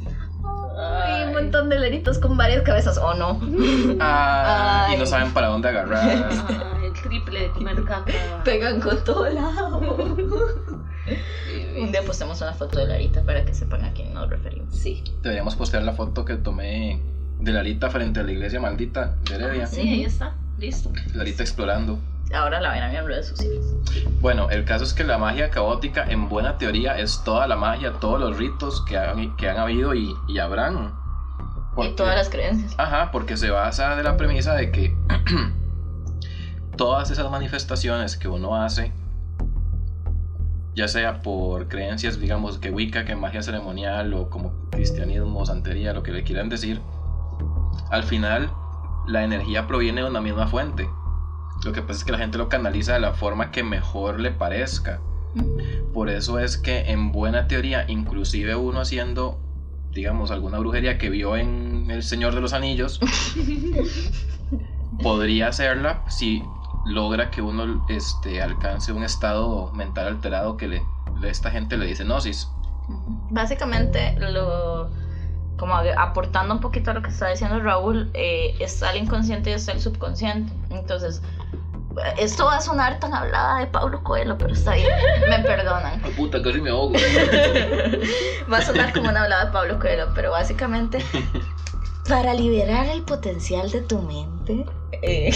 Speaker 1: Ay,
Speaker 3: Ay.
Speaker 1: un montón de leritos con varias cabezas, ¿o no?
Speaker 2: Ah,
Speaker 1: Ay.
Speaker 2: y no saben para dónde agarrar.
Speaker 3: Ay, Ah, el triple de comer caca.
Speaker 1: Pegan con todo lado. un
Speaker 3: Bebés.
Speaker 1: día postemos una foto de Larita para que sepan a quién nos referimos.
Speaker 3: Sí.
Speaker 2: Deberíamos postear la foto que tomé de Larita frente a la iglesia maldita de
Speaker 1: Ah,
Speaker 2: Heredia.
Speaker 3: Sí, ahí está. Listo.
Speaker 2: Larita explorando.
Speaker 1: Ahora la ven a mí en redes sociales.
Speaker 2: Bueno, el caso es que la magia caótica, en buena teoría, es toda la magia, todos los ritos que han, que han habido y, y habrán.
Speaker 1: Y
Speaker 2: Porque-
Speaker 1: todas las creencias.
Speaker 2: Ajá, porque se basa de la premisa de que todas esas manifestaciones que uno hace, ya sea por creencias, digamos, que Wicca, que magia ceremonial o como cristianismo, santería, lo que le quieran decir, al final la energía proviene de una misma fuente. Lo que pasa es que la gente lo canaliza de la forma que mejor le parezca. Por eso es que en buena teoría, inclusive uno haciendo, digamos, alguna brujería que vio en El Señor de los Anillos, podría hacerla si logra que uno este, alcance un estado mental alterado que le, le- esta gente le dice gnosis.
Speaker 1: Básicamente lo, como a- aportando un poquito a lo que está diciendo Raúl, eh, está el inconsciente y está el subconsciente. Entonces, esto va a sonar tan hablada de Pablo Coelho, pero está bien, me perdonan.
Speaker 2: Ah, puta, casi me ahogo.
Speaker 1: Va a sonar como una hablada de Pablo Coelho, pero básicamente, para liberar el potencial de tu mente, eh,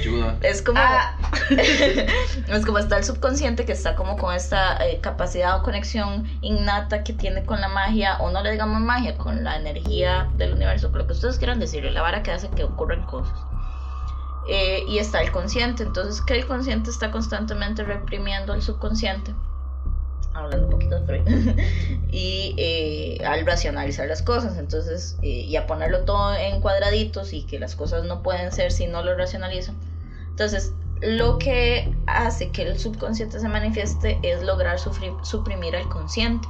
Speaker 2: Ayuda.
Speaker 1: es como...
Speaker 3: Ah,
Speaker 1: es como está el subconsciente que está como con esta eh, capacidad o conexión innata que tiene con la magia, o no le digamos magia, con la energía del universo, con lo que ustedes quieran decirle, la vara que hace que ocurran cosas. Eh, y está el consciente, entonces que el consciente está constantemente reprimiendo al subconsciente, hablando un poquito de Freud, y eh, al racionalizar las cosas, entonces, eh, y a ponerlo todo en cuadraditos y que las cosas no pueden ser si no lo racionalizan. Entonces, lo que hace que el subconsciente se manifieste es lograr sufri- suprimir al consciente.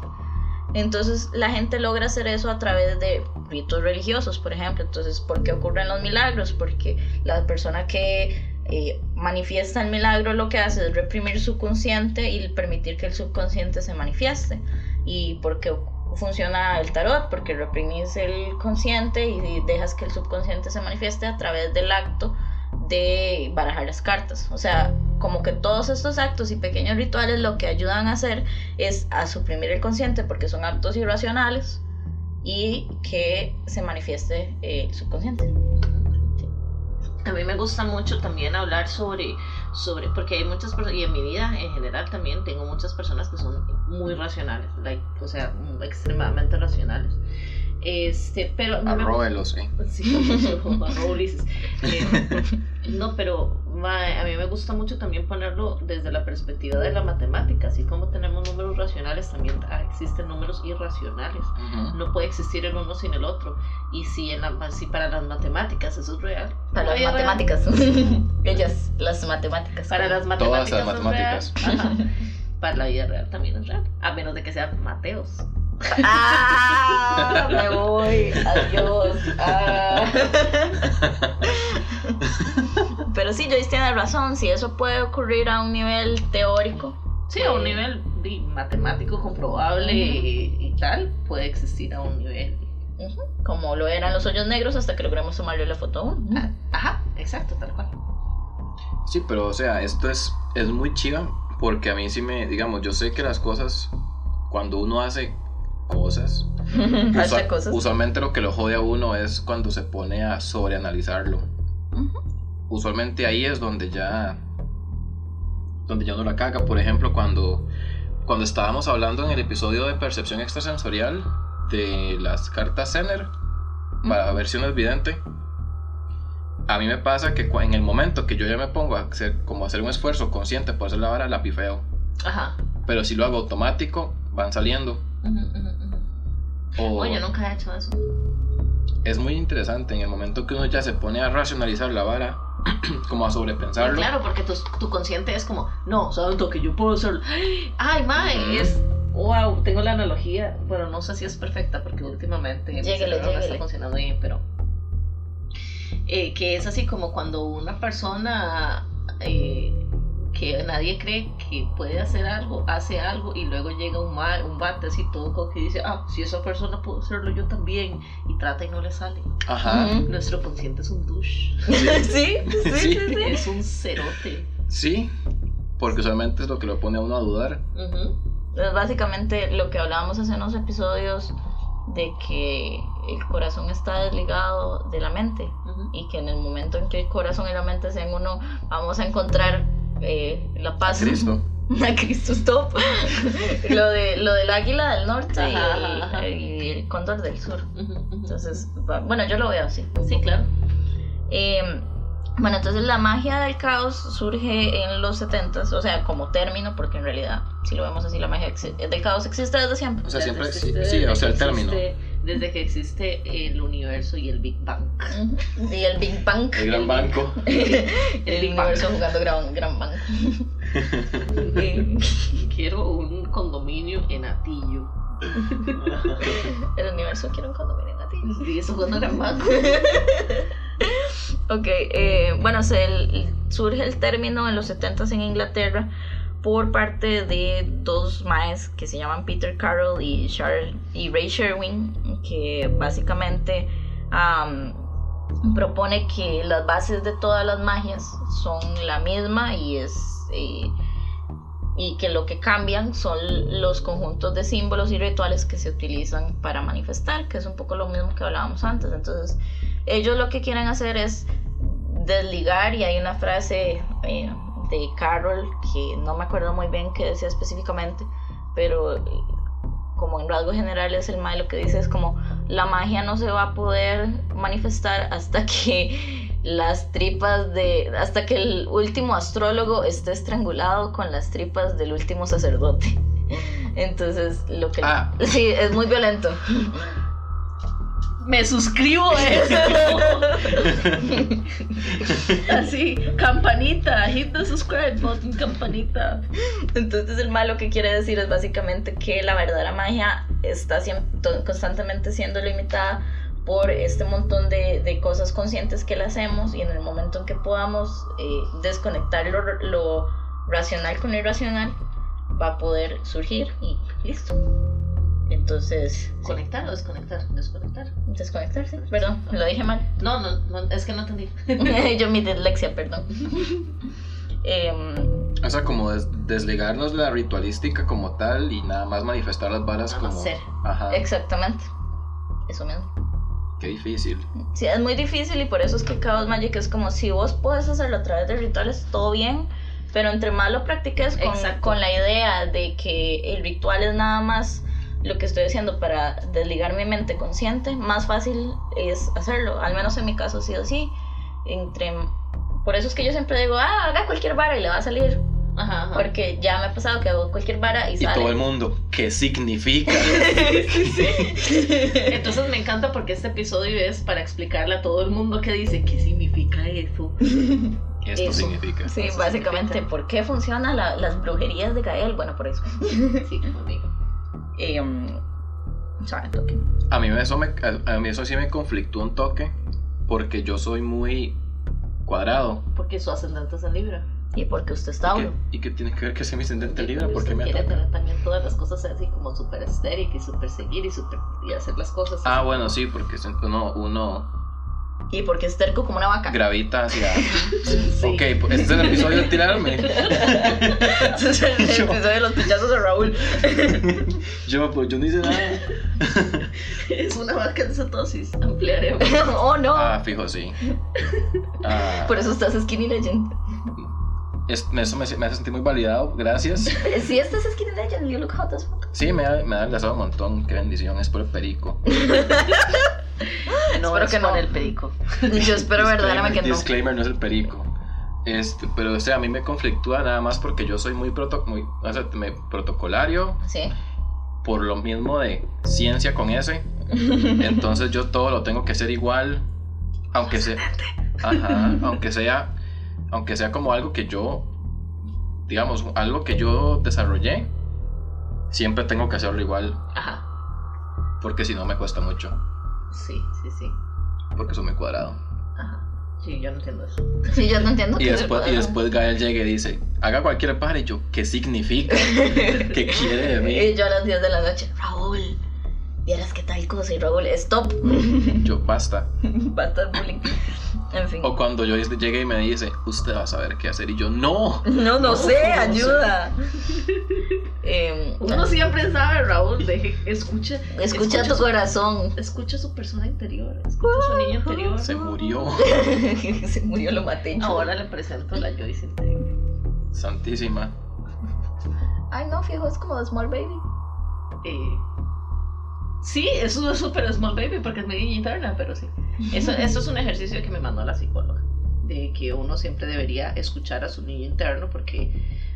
Speaker 1: Entonces, la gente logra hacer eso a través de ritos religiosos, por ejemplo. Entonces, ¿por qué ocurren los milagros? Porque la persona que eh, manifiesta el milagro lo que hace es reprimir su consciente y permitir que el subconsciente se manifieste. ¿Y por qué oc- funciona el tarot? Porque reprimís el consciente y- y dejas que el subconsciente se manifieste a través del acto de barajar las cartas. O sea, como que todos estos actos y pequeños rituales lo que ayudan a hacer es a suprimir el consciente porque son actos irracionales y que se manifieste eh, el subconsciente.
Speaker 3: A mí me gusta mucho también hablar sobre, sobre porque hay muchas personas, y en mi vida en general también tengo muchas personas que son muy racionales, like, o sea, mm, extremadamente racionales. Este, pero a mí me gusta-
Speaker 2: Arróbelo, sí.
Speaker 3: Sí, como arroba Ulises. Eh, no, pero mae, a mí me gusta mucho también ponerlo desde la perspectiva de la matemática, así como tenemos números racionales, también ah, existen números irracionales
Speaker 2: Ujú.
Speaker 3: no puede existir el uno sin el otro. Y si, en la, si para las matemáticas eso es real.
Speaker 1: Para las
Speaker 3: Oye, real.
Speaker 1: matemáticas. Ellas, las matemáticas.
Speaker 3: Para las matemáticas.
Speaker 2: Todas las
Speaker 3: es real. Ajá. Para la vida real también es real. A menos de que sean Mateos.
Speaker 1: ¡Ah! Me voy. Adiós. Ah. Pero sí, Joyce tiene razón. Si eso puede ocurrir a un nivel teórico,
Speaker 3: Sí, a un nivel di, matemático comprobable y, y tal, puede existir a un nivel.
Speaker 1: como lo eran los hoyos negros, hasta que logremos tomarle la foto aún.
Speaker 3: Ah, Ajá, exacto, tal cual.
Speaker 2: Sí, pero o sea, esto es, es muy chiva porque a mí sí me, digamos, yo sé que las cosas, cuando uno hace cosas,
Speaker 1: Hace
Speaker 2: usa-
Speaker 1: cosas.
Speaker 2: usualmente lo que lo jode a uno es cuando se pone a sobreanalizarlo.
Speaker 1: Ujú.
Speaker 2: usualmente ahí es donde ya donde ya uno la caga por ejemplo cuando cuando estábamos hablando en el episodio de percepción extrasensorial de las cartas Zener para ver si uno es vidente a mí me pasa que cua- en el momento que yo ya me pongo a hacer como a hacer un esfuerzo consciente por hacer la vara la pifeo
Speaker 3: Ajá.
Speaker 2: pero si lo hago automático van saliendo
Speaker 3: Ujú, ujú, ujú.
Speaker 2: o
Speaker 3: Oye, yo nunca he hecho eso.
Speaker 2: es muy interesante en el momento que uno ya se pone a racionalizar la vara como a sobrepensarlo
Speaker 3: Claro, porque tu, tu consciente es como, no, sabes lo que yo puedo hacer. Ay, mae,
Speaker 2: Ujú.
Speaker 3: es. Wow, tengo la analogía, pero no sé si es perfecta porque últimamente mi
Speaker 1: Lléguele,
Speaker 3: cerebro no está
Speaker 1: lléguele.
Speaker 3: funcionando bien, pero. eh, que es así como cuando una persona eh, que nadie cree que puede hacer algo, hace algo y luego llega un, ma- un bate así todo coqueto y dice, ah, si esa persona pudo hacerlo yo también, y trata y no le sale.
Speaker 2: ajá
Speaker 1: Ujú.
Speaker 3: Nuestro consciente es un douche,
Speaker 1: Sí, sí, sí, sí. sí.
Speaker 3: es un cerote.
Speaker 2: Sí, porque usualmente es lo que lo pone a uno a dudar.
Speaker 3: Ujú.
Speaker 1: Es Pues básicamente lo que hablábamos hace unos episodios de que el corazón está desligado de la mente
Speaker 3: Ujú.
Speaker 1: y que en el momento en que el corazón y la mente sean uno, vamos a encontrar eh, la paz.
Speaker 2: Cristo.
Speaker 1: A Cristo stop. lo, de, lo del águila del norte y
Speaker 3: Ajá,
Speaker 1: el-
Speaker 3: ajá, ajá.
Speaker 1: y el cóndor del sur.
Speaker 3: Ujú, ujú.
Speaker 1: Entonces, va- bueno, yo lo veo así.
Speaker 3: sí, claro.
Speaker 1: Eh, bueno, entonces la magia del caos surge en los 70s, o sea, como término, porque en realidad, si lo vemos así, la magia exi- del caos existe desde siempre.
Speaker 2: O sea, siempre
Speaker 3: Desde
Speaker 2: exi-
Speaker 3: que
Speaker 2: sí, o sea, el
Speaker 3: desde que
Speaker 2: término.
Speaker 3: existe- Desde que existe el universo y el Big Bang.
Speaker 1: Y el Big Bang,
Speaker 2: El gran banco.
Speaker 1: el universo jugando gran, gran Bang. Eh,
Speaker 3: Quiero un condominio en Atillo.
Speaker 1: el universo quiere un condominio en la tierra.
Speaker 3: Y eso cuando era mango.
Speaker 1: Ok, eh, bueno, se- el- surge el término en los 70s en Inglaterra por parte de dos maes que se llaman Peter Carroll y, Char- y Ray Sherwin, que básicamente am, propone que las bases de todas las magias son la misma y es eh, y que lo que cambian son los conjuntos de símbolos y rituales que se utilizan para manifestar, que es un poco lo mismo que hablábamos antes. Entonces, ellos lo que quieren hacer es desligar y hay una frase eh, de Carol que no me acuerdo muy bien qué decía específicamente, pero eh, como en rasgos generales el mal lo que dice es como la magia no se va a poder manifestar hasta que las tripas de hasta que el último astrólogo esté estrangulado con las tripas del último sacerdote. Entonces, lo que
Speaker 2: Ah.
Speaker 1: sí es muy violento.
Speaker 3: Me suscribo ¿eh? a eso. Así, campanita, hit the subscribe button, campanita.
Speaker 1: Entonces el malo que quiere decir es básicamente que la verdadera magia está siem- to- constantemente siendo limitada por este montón de, de cosas conscientes que le hacemos y en el momento en que podamos eh, desconectar lo, r- lo racional con lo irracional va a poder surgir y listo. Entonces, sí,
Speaker 3: ¿Conectar o desconectar? Desconectar.
Speaker 1: desconectarse, perdón, lo dije mal.
Speaker 3: No, no, no, es que no entendí.
Speaker 1: Yo mi dislexia, perdón. Em,
Speaker 2: O sea, como des- desligarnos la ritualística como tal y nada más manifestar las varas
Speaker 3: Nada más
Speaker 2: como.
Speaker 3: Ah, ser.
Speaker 2: Ajá.
Speaker 1: exactamente, eso mismo.
Speaker 2: Qué difícil.
Speaker 1: Sí, es muy difícil y por eso es que Chaos Magic es como si vos puedes hacerlo a través de rituales, todo bien, pero entre más lo practiques con,
Speaker 3: Exacto.
Speaker 1: con la idea de que el ritual es nada más lo que estoy haciendo para desligar mi mente consciente, más fácil es hacerlo. Al menos en mi caso ha sido así. Entre, por eso es que yo siempre digo, ah, haga cualquier vara y le va a salir.
Speaker 3: Ajá, ajá.
Speaker 1: Porque ya me ha pasado que hago cualquier vara y,
Speaker 2: Y
Speaker 1: sale.
Speaker 2: todo el mundo, ¿qué significa?
Speaker 3: Entonces me encanta porque este episodio es para explicarle a todo el mundo que dice qué significa eso.
Speaker 2: Esto
Speaker 1: Eso.
Speaker 2: significa.
Speaker 1: Sí,
Speaker 3: Eso
Speaker 1: básicamente,
Speaker 3: significa.
Speaker 1: ¿por qué funcionan la- las brujerías de Gael? Bueno, por eso.
Speaker 3: Sí, conmigo.
Speaker 1: Em, sorry, toque.
Speaker 2: A mí, eso me, a, a mí eso sí me conflictó un toque porque yo soy muy cuadrado.
Speaker 3: Porque su ascendente es en Libra.
Speaker 1: Y porque usted es
Speaker 2: ¿Y
Speaker 1: Tauro.
Speaker 2: qué, y qué tiene que ver que sea mi ascendente
Speaker 3: Y
Speaker 2: libra?
Speaker 3: porque
Speaker 2: ¿Por qué me
Speaker 3: usted quiere
Speaker 2: ataca?
Speaker 3: tener también todas las cosas así como súper estéril y súper seguir y, súper y hacer las cosas.
Speaker 2: Ah, bueno, sí, porque es- uno, uno
Speaker 1: Y porque es terco como una vaca.
Speaker 2: gravita hacia.
Speaker 3: Sí.
Speaker 2: Ok, pues este es el episodio de tirarme.
Speaker 1: Ese es el
Speaker 2: Yo.
Speaker 1: episodio eh, de los pinchazos de Raúl.
Speaker 2: Yo, pues yo no hice nada.
Speaker 3: Es una vaca de cetosis. Ampliaremos.
Speaker 1: oh no.
Speaker 2: Ah, fijo, sí. Ah,
Speaker 1: Por eso estás Skinny Legend.
Speaker 2: es- eso me, me hace sentir muy validado, gracias.
Speaker 1: Eh, Sí, estás Skinny Legend. You look hot as fuck.
Speaker 2: Sí, me ha, me ha enlazado un montón. Qué bendición, es por el perico.
Speaker 1: Espero que no.
Speaker 3: con el pedico.
Speaker 1: Yo espero
Speaker 2: Disclaimer-
Speaker 1: verdaderamente que no.
Speaker 2: Disclaimer, no es el perico. Este, pero o sea, a mí me conflictúa nada más porque yo soy muy, proto- muy o sea, me- protocolario,
Speaker 1: Sí.
Speaker 2: por lo mismo de ciencia con S. Entonces yo todo lo tengo que ser igual, aunque sea, ajá, aunque sea, aunque sea como algo que yo, digamos, algo que yo desarrollé, siempre tengo que hacerlo igual,
Speaker 3: Ajá.
Speaker 2: porque si no me cuesta mucho,
Speaker 3: Sí, sí, sí.
Speaker 2: porque soy muy cuadrado.
Speaker 3: Ajá. Sí, yo no entiendo eso.
Speaker 1: Sí, yo no entiendo.
Speaker 2: Y
Speaker 1: que-
Speaker 2: después, y después Gael llega y dice, haga cualquier par y yo, ¿qué significa? ¿Qué quiere de
Speaker 1: Y
Speaker 2: mí?
Speaker 1: yo a las 10 de la noche, Raúl, vieras qué tal cosa. Y Raúl, stop.
Speaker 2: Yo, basta.
Speaker 1: Basta de bullying. En fin.
Speaker 2: O cuando yo llegue y me dice, usted va a saber qué hacer y yo, no.
Speaker 1: No, no sé,
Speaker 3: no sé.
Speaker 1: ayuda. Em,
Speaker 3: Uno siempre sabe, Raúl, de, escucha,
Speaker 1: escucha tu
Speaker 3: su-
Speaker 1: corazón.
Speaker 3: Escucha su persona interior, escucha su niño interior.
Speaker 2: Se murió.
Speaker 1: Se murió, lo maté. yo.
Speaker 3: Ahora le presento la Joyce interior.
Speaker 2: Santísima.
Speaker 1: Ay, no, fijo, es como Small Baby.
Speaker 3: Eh, sí, eso es súper small baby porque es muy interna, pero sí. Eso, eso es un ejercicio que me mandó la psicóloga, de que uno siempre debería escuchar a su niño interno porque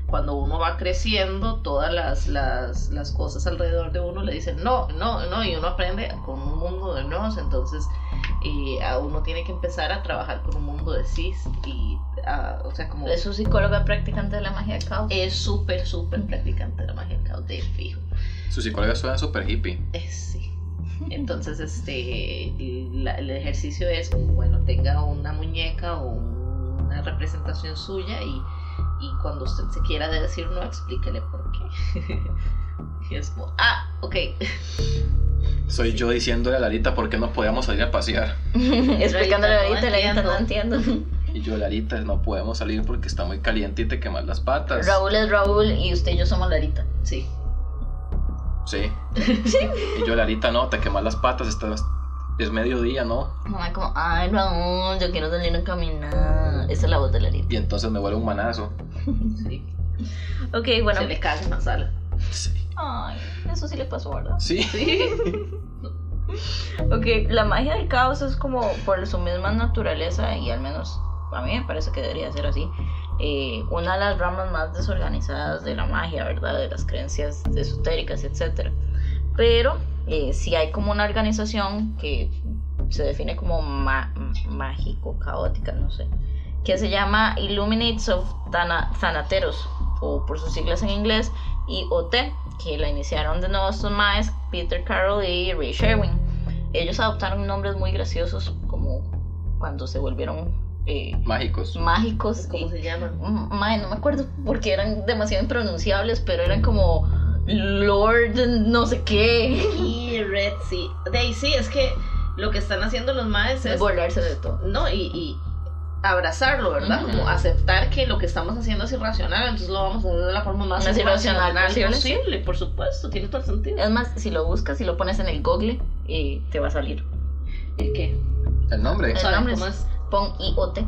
Speaker 3: cuando uno va creciendo, todas las, las, las cosas alrededor de uno le dicen no, no, no, y uno aprende con un mundo de nos, entonces eh, a uno tiene que empezar a trabajar con un mundo de cis y, ah, o sea, como...
Speaker 1: Es un psicóloga practicante de la magia de caos.
Speaker 3: Es súper, súper practicante de la magia del caos, de fijo.
Speaker 2: Sus psicólogas suenan súper hippie.
Speaker 3: Eh, sí. Entonces, este, la- el ejercicio es, bueno, tenga una muñeca o una representación suya y, y cuando usted se quiera decir no, explíquele por qué. Y es como, ah, Ok,
Speaker 2: Soy yo diciéndole a Larita por qué no podíamos salir a pasear.
Speaker 1: Explicándole
Speaker 3: Larita, no
Speaker 1: ahorita, Larita, no entiendo.
Speaker 2: Y yo, Larita, no podemos salir porque está muy caliente y te quemas las patas.
Speaker 1: Raúl es Raúl y usted y yo somos Larita.
Speaker 3: sí.
Speaker 2: Sí. Y yo, Larita, no, te quemas las patas, estás... es mediodía, ¿no?
Speaker 1: Mamá como, ay Raúl, yo quiero salir a caminar. Esa es la voz de Larita.
Speaker 2: Y entonces me vuelve un manazo.
Speaker 3: sí.
Speaker 1: Ok, bueno.
Speaker 3: Se le cae en la sala.
Speaker 2: Sí.
Speaker 1: Ay, eso sí le pasó, ¿verdad?
Speaker 2: Sí.
Speaker 3: Sí.
Speaker 1: Ok, la magia del caos es como por su misma naturaleza y al menos a mí me parece que debería ser así. eh, una de las ramas más desorganizadas de la magia, ¿verdad? De las creencias esotéricas, etc. Pero si hay como una organización que se define como ma- mágico, caótica, no sé, que se llama Illuminates of Thana- Thanateros, o por sus siglas en inglés, y OT, que la iniciaron de nuevo estos maes, Peter Carroll y Ray Sherwin ellos adoptaron nombres muy graciosos como cuando se volvieron eh,
Speaker 2: Mágicos.
Speaker 1: mágicos y
Speaker 3: ¿Cómo se llama?
Speaker 1: M- Mm, mae, no me acuerdo porque eran demasiado impronunciables pero eran como Lord no sé qué
Speaker 3: Y Red Sea. De ahí sí, es que lo que están haciendo los maes es.
Speaker 1: burlarse de todo
Speaker 3: No, y, y abrazarlo, ¿verdad?
Speaker 1: Ujú.
Speaker 3: Como aceptar que lo que estamos haciendo es irracional, entonces lo vamos a hacer de la forma más,
Speaker 1: Más irracional posible, Eh, sí.
Speaker 3: posible, por supuesto, tiene todo el sentido.
Speaker 1: es más si lo buscas si lo pones en el google eh, te va a salir
Speaker 3: ¿Y qué?
Speaker 2: El nombre.
Speaker 1: El
Speaker 3: Sorry,
Speaker 1: nombre
Speaker 3: ¿cómo
Speaker 1: es-
Speaker 3: es?
Speaker 1: pon IOT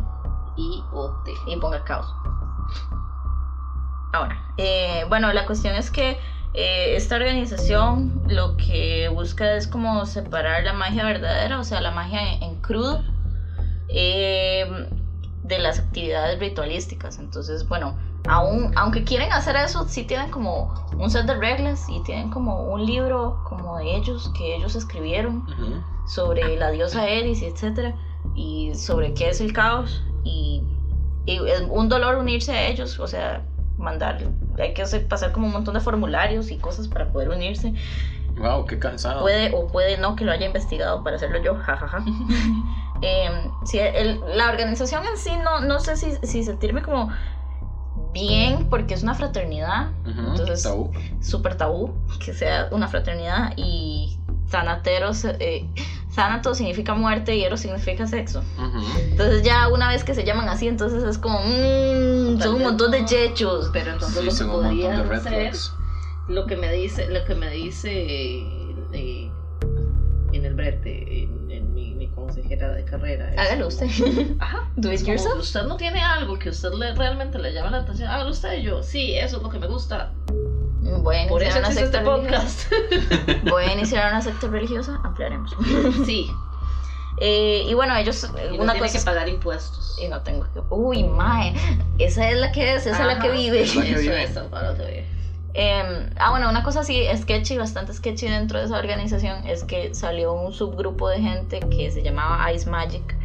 Speaker 3: IOT.
Speaker 1: y ponga caos. Ahora, eh, bueno, la cuestión es que eh, esta organización lo que busca es como separar la magia verdadera, o sea, la magia en, en crudo, eh, de las actividades ritualísticas. Entonces, bueno, aún, aunque quieren hacer eso, sí tienen como un set de reglas y tienen como un libro como de ellos, que ellos escribieron
Speaker 2: Ujú.
Speaker 1: sobre la diosa Eris, etcétera, y sobre qué es el caos y, y es un dolor unirse a ellos, o sea, mandar, hay que hacer, pasar como un montón de formularios y cosas para poder unirse.
Speaker 2: Wow, qué cansado.
Speaker 1: Puede o puede no que lo haya investigado para hacerlo yo, jajaja. Em, sí, el- la organización en sí no, no sé si, si sentirme como bien porque es una fraternidad,
Speaker 2: Ujú,
Speaker 1: Entonces-
Speaker 2: tabú.
Speaker 1: súper tabú que sea una fraternidad y sanateros, eh, sanato significa muerte y eros significa sexo.
Speaker 2: Ujú.
Speaker 1: Entonces ya una vez que se llaman así, entonces es como, mmm,
Speaker 3: Tal
Speaker 1: son un
Speaker 3: vez
Speaker 1: montón de
Speaker 3: no.
Speaker 1: chechos.
Speaker 3: Pero entonces
Speaker 2: Sí,
Speaker 3: lo que
Speaker 2: son un montón de
Speaker 3: podrían
Speaker 2: red
Speaker 3: hacer,
Speaker 2: flags.
Speaker 3: lo que me dice, lo que me dice eh, en el brete, en, en mi, mi consejera de carrera. es
Speaker 1: Hágalo usted.
Speaker 3: como- Ajá.
Speaker 1: Do it
Speaker 3: Es como,
Speaker 1: yourself.
Speaker 3: usted no tiene algo que usted le, realmente le llama la atención. Hágalo usted y yo. Sí, eso es lo que me gusta.
Speaker 1: Voy a
Speaker 3: Por
Speaker 1: iniciar
Speaker 3: eso
Speaker 1: una secta
Speaker 3: existe este
Speaker 1: religiosa.
Speaker 3: podcast.
Speaker 1: Voy a iniciar una secta religiosa, ampliaremos.
Speaker 3: sí.
Speaker 1: Eh, y bueno, ellos, eh,
Speaker 3: Y no
Speaker 1: una
Speaker 3: tiene
Speaker 1: cosa
Speaker 3: que
Speaker 1: es-
Speaker 3: pagar impuestos.
Speaker 1: Y no tengo que... Uy, mae, esa es la que es, esa es la que
Speaker 3: Ajá.
Speaker 1: vive.
Speaker 2: Es la que
Speaker 3: Eso
Speaker 2: vive.
Speaker 3: es, para lo que vive.
Speaker 1: Em, ah, bueno, una cosa así sketchy, bastante sketchy dentro de esa organización es que salió un subgrupo de gente que se llamaba Ice Magic,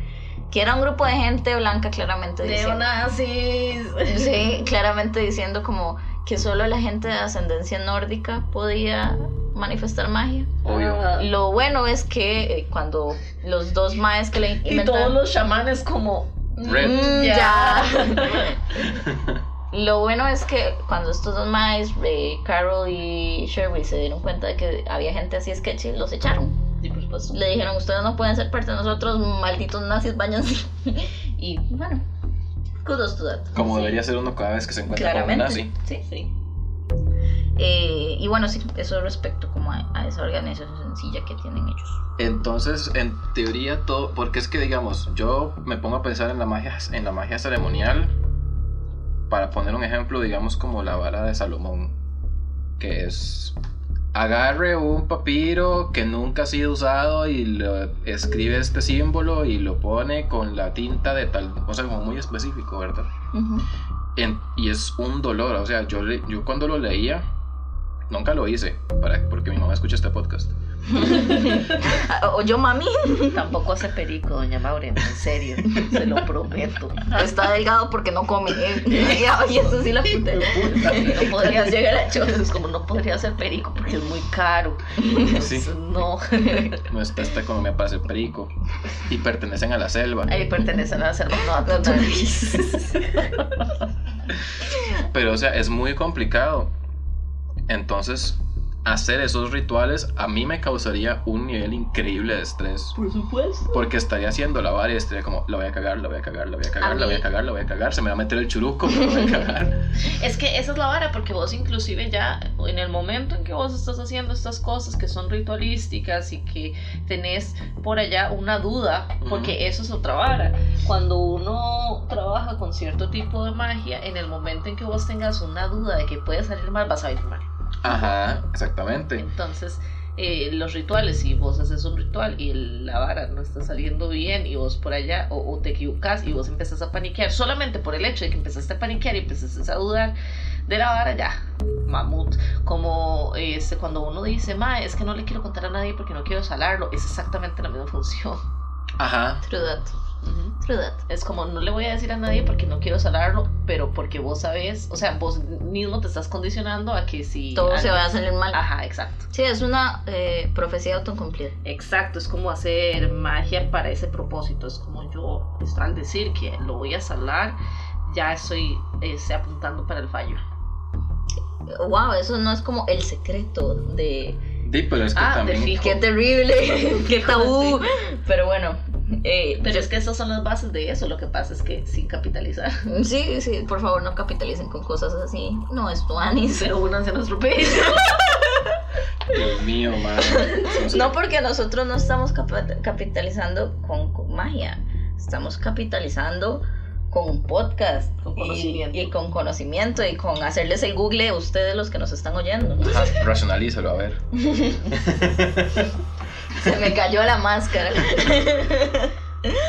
Speaker 1: que era un grupo de gente blanca claramente diciendo,
Speaker 3: Neonazis.
Speaker 1: sí, claramente diciendo como que solo la gente de ascendencia nórdica podía manifestar magia.
Speaker 2: Obvio.
Speaker 3: Ah,
Speaker 1: Lo bueno es que eh, cuando los dos maes que le
Speaker 3: y todos
Speaker 1: inventaron
Speaker 3: los chamanes como...
Speaker 2: Red.
Speaker 1: Mm,
Speaker 3: Ya.
Speaker 1: Lo bueno es que cuando estos dos maes, eh, Carol y Sherry, se dieron cuenta de que había gente así sketchy, los echaron.
Speaker 3: Y por supuesto.
Speaker 1: le dijeron, ustedes no pueden ser parte de nosotros, malditos nazis, váyanse. y bueno, kudos to that.
Speaker 2: Como
Speaker 1: Sí,
Speaker 2: debería ser uno cada vez que se encuentra con un
Speaker 1: Claramente.
Speaker 2: nazi.
Speaker 1: Sí.
Speaker 3: Sí.
Speaker 1: Eh, y bueno, sí, eso respecto como a, a esa organización sencilla que tienen ellos.
Speaker 2: Entonces, en teoría todo, porque es que digamos, yo me pongo a pensar en la magia, en la magia ceremonial, para poner un ejemplo, digamos como la vara de Salomón, que es agarre un papiro que nunca ha sido usado y lo- escribe este símbolo y lo pone con la tinta de tal, o sea, como muy específico, ¿verdad?
Speaker 1: Ujú.
Speaker 2: En- y es un dolor, o sea, yo, le- yo cuando lo leía, nunca lo hice, para, porque mi mamá escucha este podcast.
Speaker 1: Ah, o yo, mami,
Speaker 3: Tampoco hace perico, doña Maureen, en serio, se lo prometo.
Speaker 1: está delgado porque no come. eh. y eso sí la puta.
Speaker 3: No podría llegar a Chones, como no podría hacer perico porque es muy caro.
Speaker 2: Sí.
Speaker 3: Entonces, No,
Speaker 2: No este está esta economía para ser perico. Y pertenecen a la selva.
Speaker 3: ahí pertenecen a las hermanas
Speaker 1: No, no, no.
Speaker 2: Pero, o sea, es muy complicado. Entonces, hacer esos rituales a mí me causaría un nivel increíble de estrés.
Speaker 3: Por supuesto.
Speaker 2: Porque estaría haciendo la vara y estaría como, la voy a cagar, la voy a cagar, la voy a cagar,
Speaker 3: A
Speaker 2: la voy a
Speaker 3: mí-
Speaker 2: cagar, la voy a cagar, se me va a meter el churuco, pero la voy a cagar.
Speaker 3: Es que esa es la vara, porque vos inclusive ya en el momento en que vos estás haciendo estas cosas que son ritualísticas y que tenés por allá una duda,
Speaker 2: Ujú.
Speaker 3: porque eso es otra vara. Cuando uno trabaja con cierto tipo de magia, en el momento en que vos tengas una duda de que puede salir mal, vas a ir mal.
Speaker 2: Ajá, exactamente.
Speaker 3: Entonces, eh, los rituales, si vos haces un ritual y el- la vara no está saliendo bien y vos por allá o, o te equivocas y vos empezás a paniquear, solamente por el hecho de que empezaste a paniquear y empezaste a dudar de la vara, ya, mamut. Como este, cuando uno dice, ma, es que no le quiero contar a nadie porque no quiero salarlo, es exactamente la misma función.
Speaker 2: Ajá.
Speaker 1: True that, true that.
Speaker 3: Es como, no le voy a decir a nadie porque no quiero salarlo, pero porque vos sabés, o sea, vos mismo te estás condicionando a que si...
Speaker 1: Todo se
Speaker 3: alguien-
Speaker 1: va a salir mal.
Speaker 3: Ajá, exacto.
Speaker 1: Sí, es una eh, profecía autocumplida.
Speaker 3: Exacto, es como hacer magia para ese propósito. Es como yo, pues, al decir que lo voy a salar, ya estoy este, apuntando para el fallo.
Speaker 1: Wow, eso no es como el secreto de...
Speaker 2: Di, pero es que
Speaker 3: Ah, de
Speaker 2: también.
Speaker 3: fijo.
Speaker 1: Qué terrible, qué tabú.
Speaker 3: Sí.
Speaker 1: Pero bueno, eh,
Speaker 3: Pero es que esas son las bases de eso. Lo que pasa es que sin capitalizar,
Speaker 1: sí, sí, por favor no capitalicen con cosas así. No es tu anis.
Speaker 3: pero únanse a nuestro país.
Speaker 2: Dios mío, madre. Somos-
Speaker 1: No porque nosotros no estamos capa- capitalizando con, con magia, estamos capitalizando con un podcast
Speaker 3: Con
Speaker 1: y-
Speaker 3: conocimiento.
Speaker 1: Y, con conocimiento y con hacerles el google a ustedes los que nos están oyendo.
Speaker 2: Ajá, racionalízalo, a ver.
Speaker 1: Se me cayó la máscara.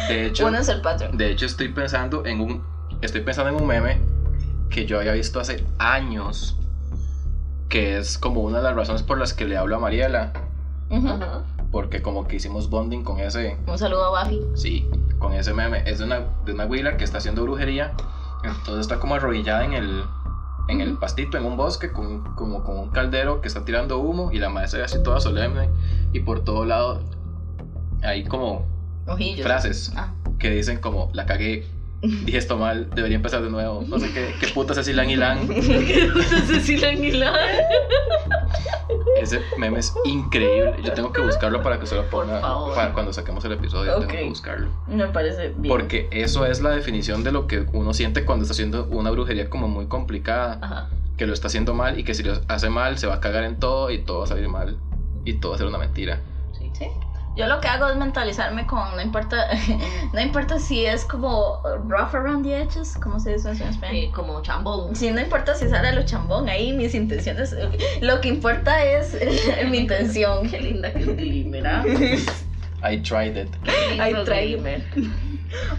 Speaker 2: De hecho,
Speaker 1: Uno es el patrón.
Speaker 2: de hecho estoy pensando en un. Estoy pensando en un meme que yo había visto hace años. Que es como una de las razones por las que le hablo a Mariela.
Speaker 1: Ujú.
Speaker 3: Ajá.
Speaker 2: Porque como que hicimos bonding con ese.
Speaker 1: Un saludo a Buffy.
Speaker 2: Sí, con ese meme. Es de una, de una huila que está haciendo brujería. Entonces está como arrodillada en el, en el
Speaker 1: Ujú.
Speaker 2: pastito, en un bosque, con, como con un caldero que está tirando humo. Y la madre se ve así toda solemne. Y por todo lado hay como
Speaker 1: Ojillos.
Speaker 2: frases
Speaker 1: Ah.
Speaker 2: que dicen como la cagué. Dije esto mal, debería empezar de nuevo. No sé qué, qué putas es Ilan Ilan.
Speaker 3: Cecilia Aguilar.
Speaker 2: Ese meme es increíble. Yo tengo que buscarlo para que se lo
Speaker 3: Por
Speaker 2: ponga.
Speaker 3: favor.
Speaker 2: para cuando saquemos el episodio,
Speaker 1: Ok.
Speaker 2: tengo que buscarlo.
Speaker 1: Me parece bien.
Speaker 2: Porque eso es la definición de lo que uno siente cuando está haciendo una brujería como muy complicada,
Speaker 3: Ajá.
Speaker 2: que lo está haciendo mal y que si lo hace mal se va a cagar en todo y todo va a salir mal y todo va a ser una mentira.
Speaker 3: Sí.
Speaker 1: Sí. Yo lo que hago es mentalizarme con, no importa, no importa si es como rough around the edges, como se dice eso en español.
Speaker 3: Eh, como chambón.
Speaker 1: Sí, no importa si sale lo chambón ahí, mis intenciones, lo que importa es mi intención.
Speaker 3: Qué linda que es Glimmer. ¿ah?
Speaker 2: I tried it.
Speaker 1: Ay,
Speaker 3: Lindo
Speaker 1: traí.
Speaker 3: Glimmer.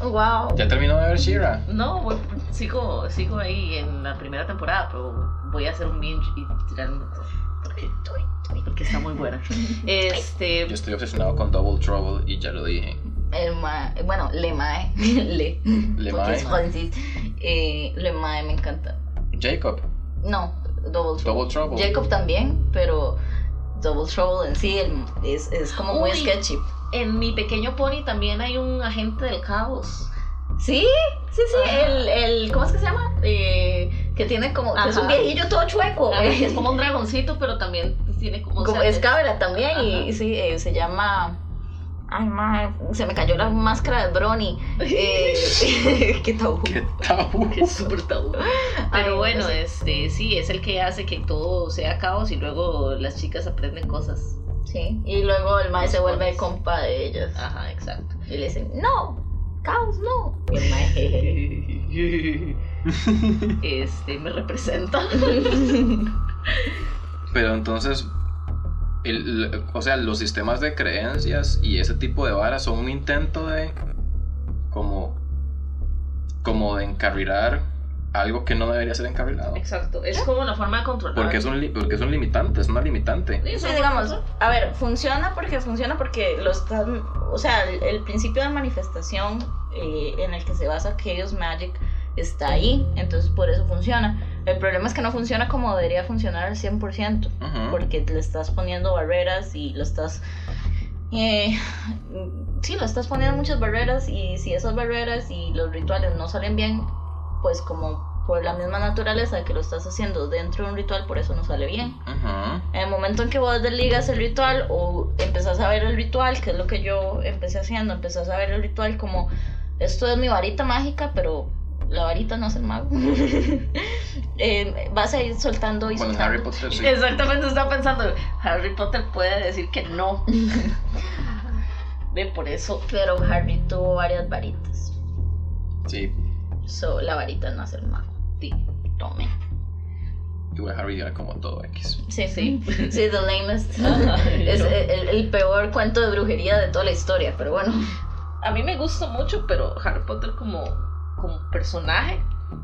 Speaker 1: Wow.
Speaker 2: ¿Ya terminó de ver Shira?
Speaker 3: No, voy- sigo, sigo ahí en la primera temporada, pero voy a hacer un binge y tirarme todo. Porque, porque está muy buena. Este.
Speaker 2: Yo estoy obsesionado con Double Trouble y ya lo dije.
Speaker 1: El ma- bueno, Le Mae, Le,
Speaker 2: Le
Speaker 1: porque es
Speaker 2: Mae,
Speaker 1: Francis. Eh, le Mae me encanta.
Speaker 2: Jacob,
Speaker 1: No, Double Trouble.
Speaker 2: Double Trouble.
Speaker 1: Jacob también, pero Double Trouble en sí el- es, es como muy
Speaker 3: Uy.
Speaker 1: sketchy.
Speaker 3: En mi pequeño pony también hay un agente del caos.
Speaker 1: Sí, sí, sí.
Speaker 3: Ajá.
Speaker 1: El, el, ¿cómo es que se llama? Eh, que tiene como, que es un
Speaker 3: Ajá.
Speaker 1: viejillo todo chueco.
Speaker 3: Ah, Es como un dragoncito, pero también tiene como. o
Speaker 1: Como
Speaker 3: sea,
Speaker 1: es cabra también y,
Speaker 3: Ajá.
Speaker 1: sí, eh, se llama... Ay, madre, se me cayó la máscara de Brony. Eh, qué tabú.
Speaker 2: Qué tabú.
Speaker 3: que es súper tabú.
Speaker 1: Ay, pues, no
Speaker 3: Pero bueno,
Speaker 1: sé.
Speaker 3: este sí, es el que hace que todo sea caos y luego las chicas aprenden cosas.
Speaker 1: Sí, y luego el mae
Speaker 3: Los
Speaker 1: se vuelve
Speaker 3: ponis.
Speaker 1: compa de ellas.
Speaker 3: Ajá, exacto.
Speaker 1: Y le dicen, no, caos no. Y el mae, jejeje.
Speaker 3: Este me representa.
Speaker 2: Pero entonces, el- el- o sea, los sistemas de creencias y ese tipo de varas son un intento de como, como de encarrilar algo que no debería ser encarrilado.
Speaker 3: Exacto, es como la forma de controlar.
Speaker 2: Porque es, un li- porque es un limitante, es una limitante.
Speaker 1: Sí, digamos, a ver, funciona porque funciona porque lo están, o sea, el, el principio de manifestación eh, en el que se basa Chaos Magic está ahí, entonces por eso funciona. El problema es que no funciona como debería funcionar al 100%,
Speaker 2: Ujú.
Speaker 1: porque le estás poniendo barreras y lo estás... Eh, sí, lo estás poniendo muchas barreras y si esas barreras y los rituales no salen bien, pues como por la misma naturaleza de que lo estás haciendo dentro de un ritual, por eso no sale bien.
Speaker 2: Ajá.
Speaker 1: En el momento en que vos desligas el ritual o empezás a ver el ritual, que es lo que yo empecé haciendo, empezás a ver el ritual como esto es mi varita mágica, pero la varita no es el mago. Eh, vas a ir soltando y
Speaker 2: Bueno, en
Speaker 1: soltando.
Speaker 2: Harry Potter sí.
Speaker 3: Exactamente, está pensando, Harry Potter puede decir que no. Ve, por eso.
Speaker 1: Pero Harry tuvo varias varitas.
Speaker 2: Sí.
Speaker 1: So, la varita no es el mago.
Speaker 3: Sí.
Speaker 1: Tome.
Speaker 2: Igual Harry era como todo X.
Speaker 1: Sí, sí. Sí, The Lamest.
Speaker 3: Ay,
Speaker 1: es
Speaker 3: no.
Speaker 1: el, el peor cuento de brujería de toda la historia, pero bueno.
Speaker 3: A mí me gusta mucho, pero Harry Potter como, como personaje.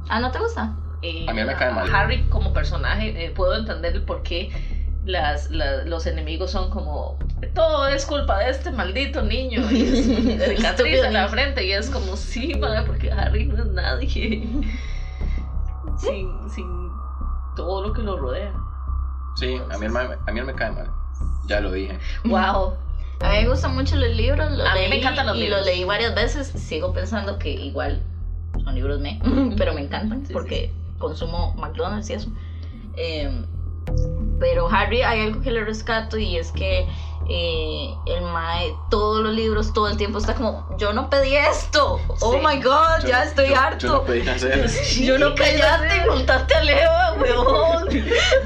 Speaker 1: Ah, ¿no te gusta?
Speaker 3: eh,
Speaker 2: A mí me cae mal.
Speaker 3: Harry como personaje, eh, puedo entender el por qué las, la- los enemigos son como, todo es culpa de este maldito niño. Y es
Speaker 1: Estúpido
Speaker 3: cicatriz en la
Speaker 1: niño.
Speaker 3: frente y es como, sí, madre, porque Harry no es nadie. sin, sin todo lo que lo rodea.
Speaker 2: Sí, a mí, el ma- a mí él me cae mal. Ya lo dije.
Speaker 3: Wow.
Speaker 1: A mí me gustan mucho los libros, los
Speaker 3: A mí me
Speaker 1: leí
Speaker 3: encantan los
Speaker 1: y
Speaker 3: libros.
Speaker 1: los leí varias veces. Sigo pensando que igual son libros me, pero me encantan
Speaker 3: Sí,
Speaker 1: porque consumo McDonald's y eso. Eh, pero Harry hay algo que le rescato y es que eh, el mae, todos los libros, todo el tiempo está como, yo no pedí esto, oh
Speaker 3: Sí.
Speaker 1: my god,
Speaker 2: Yo
Speaker 1: ya
Speaker 2: no-
Speaker 1: estoy
Speaker 2: yo-
Speaker 1: harto.
Speaker 2: Yo no pedí hacer.
Speaker 1: Yo no callaste y montaste a Leva, huevón.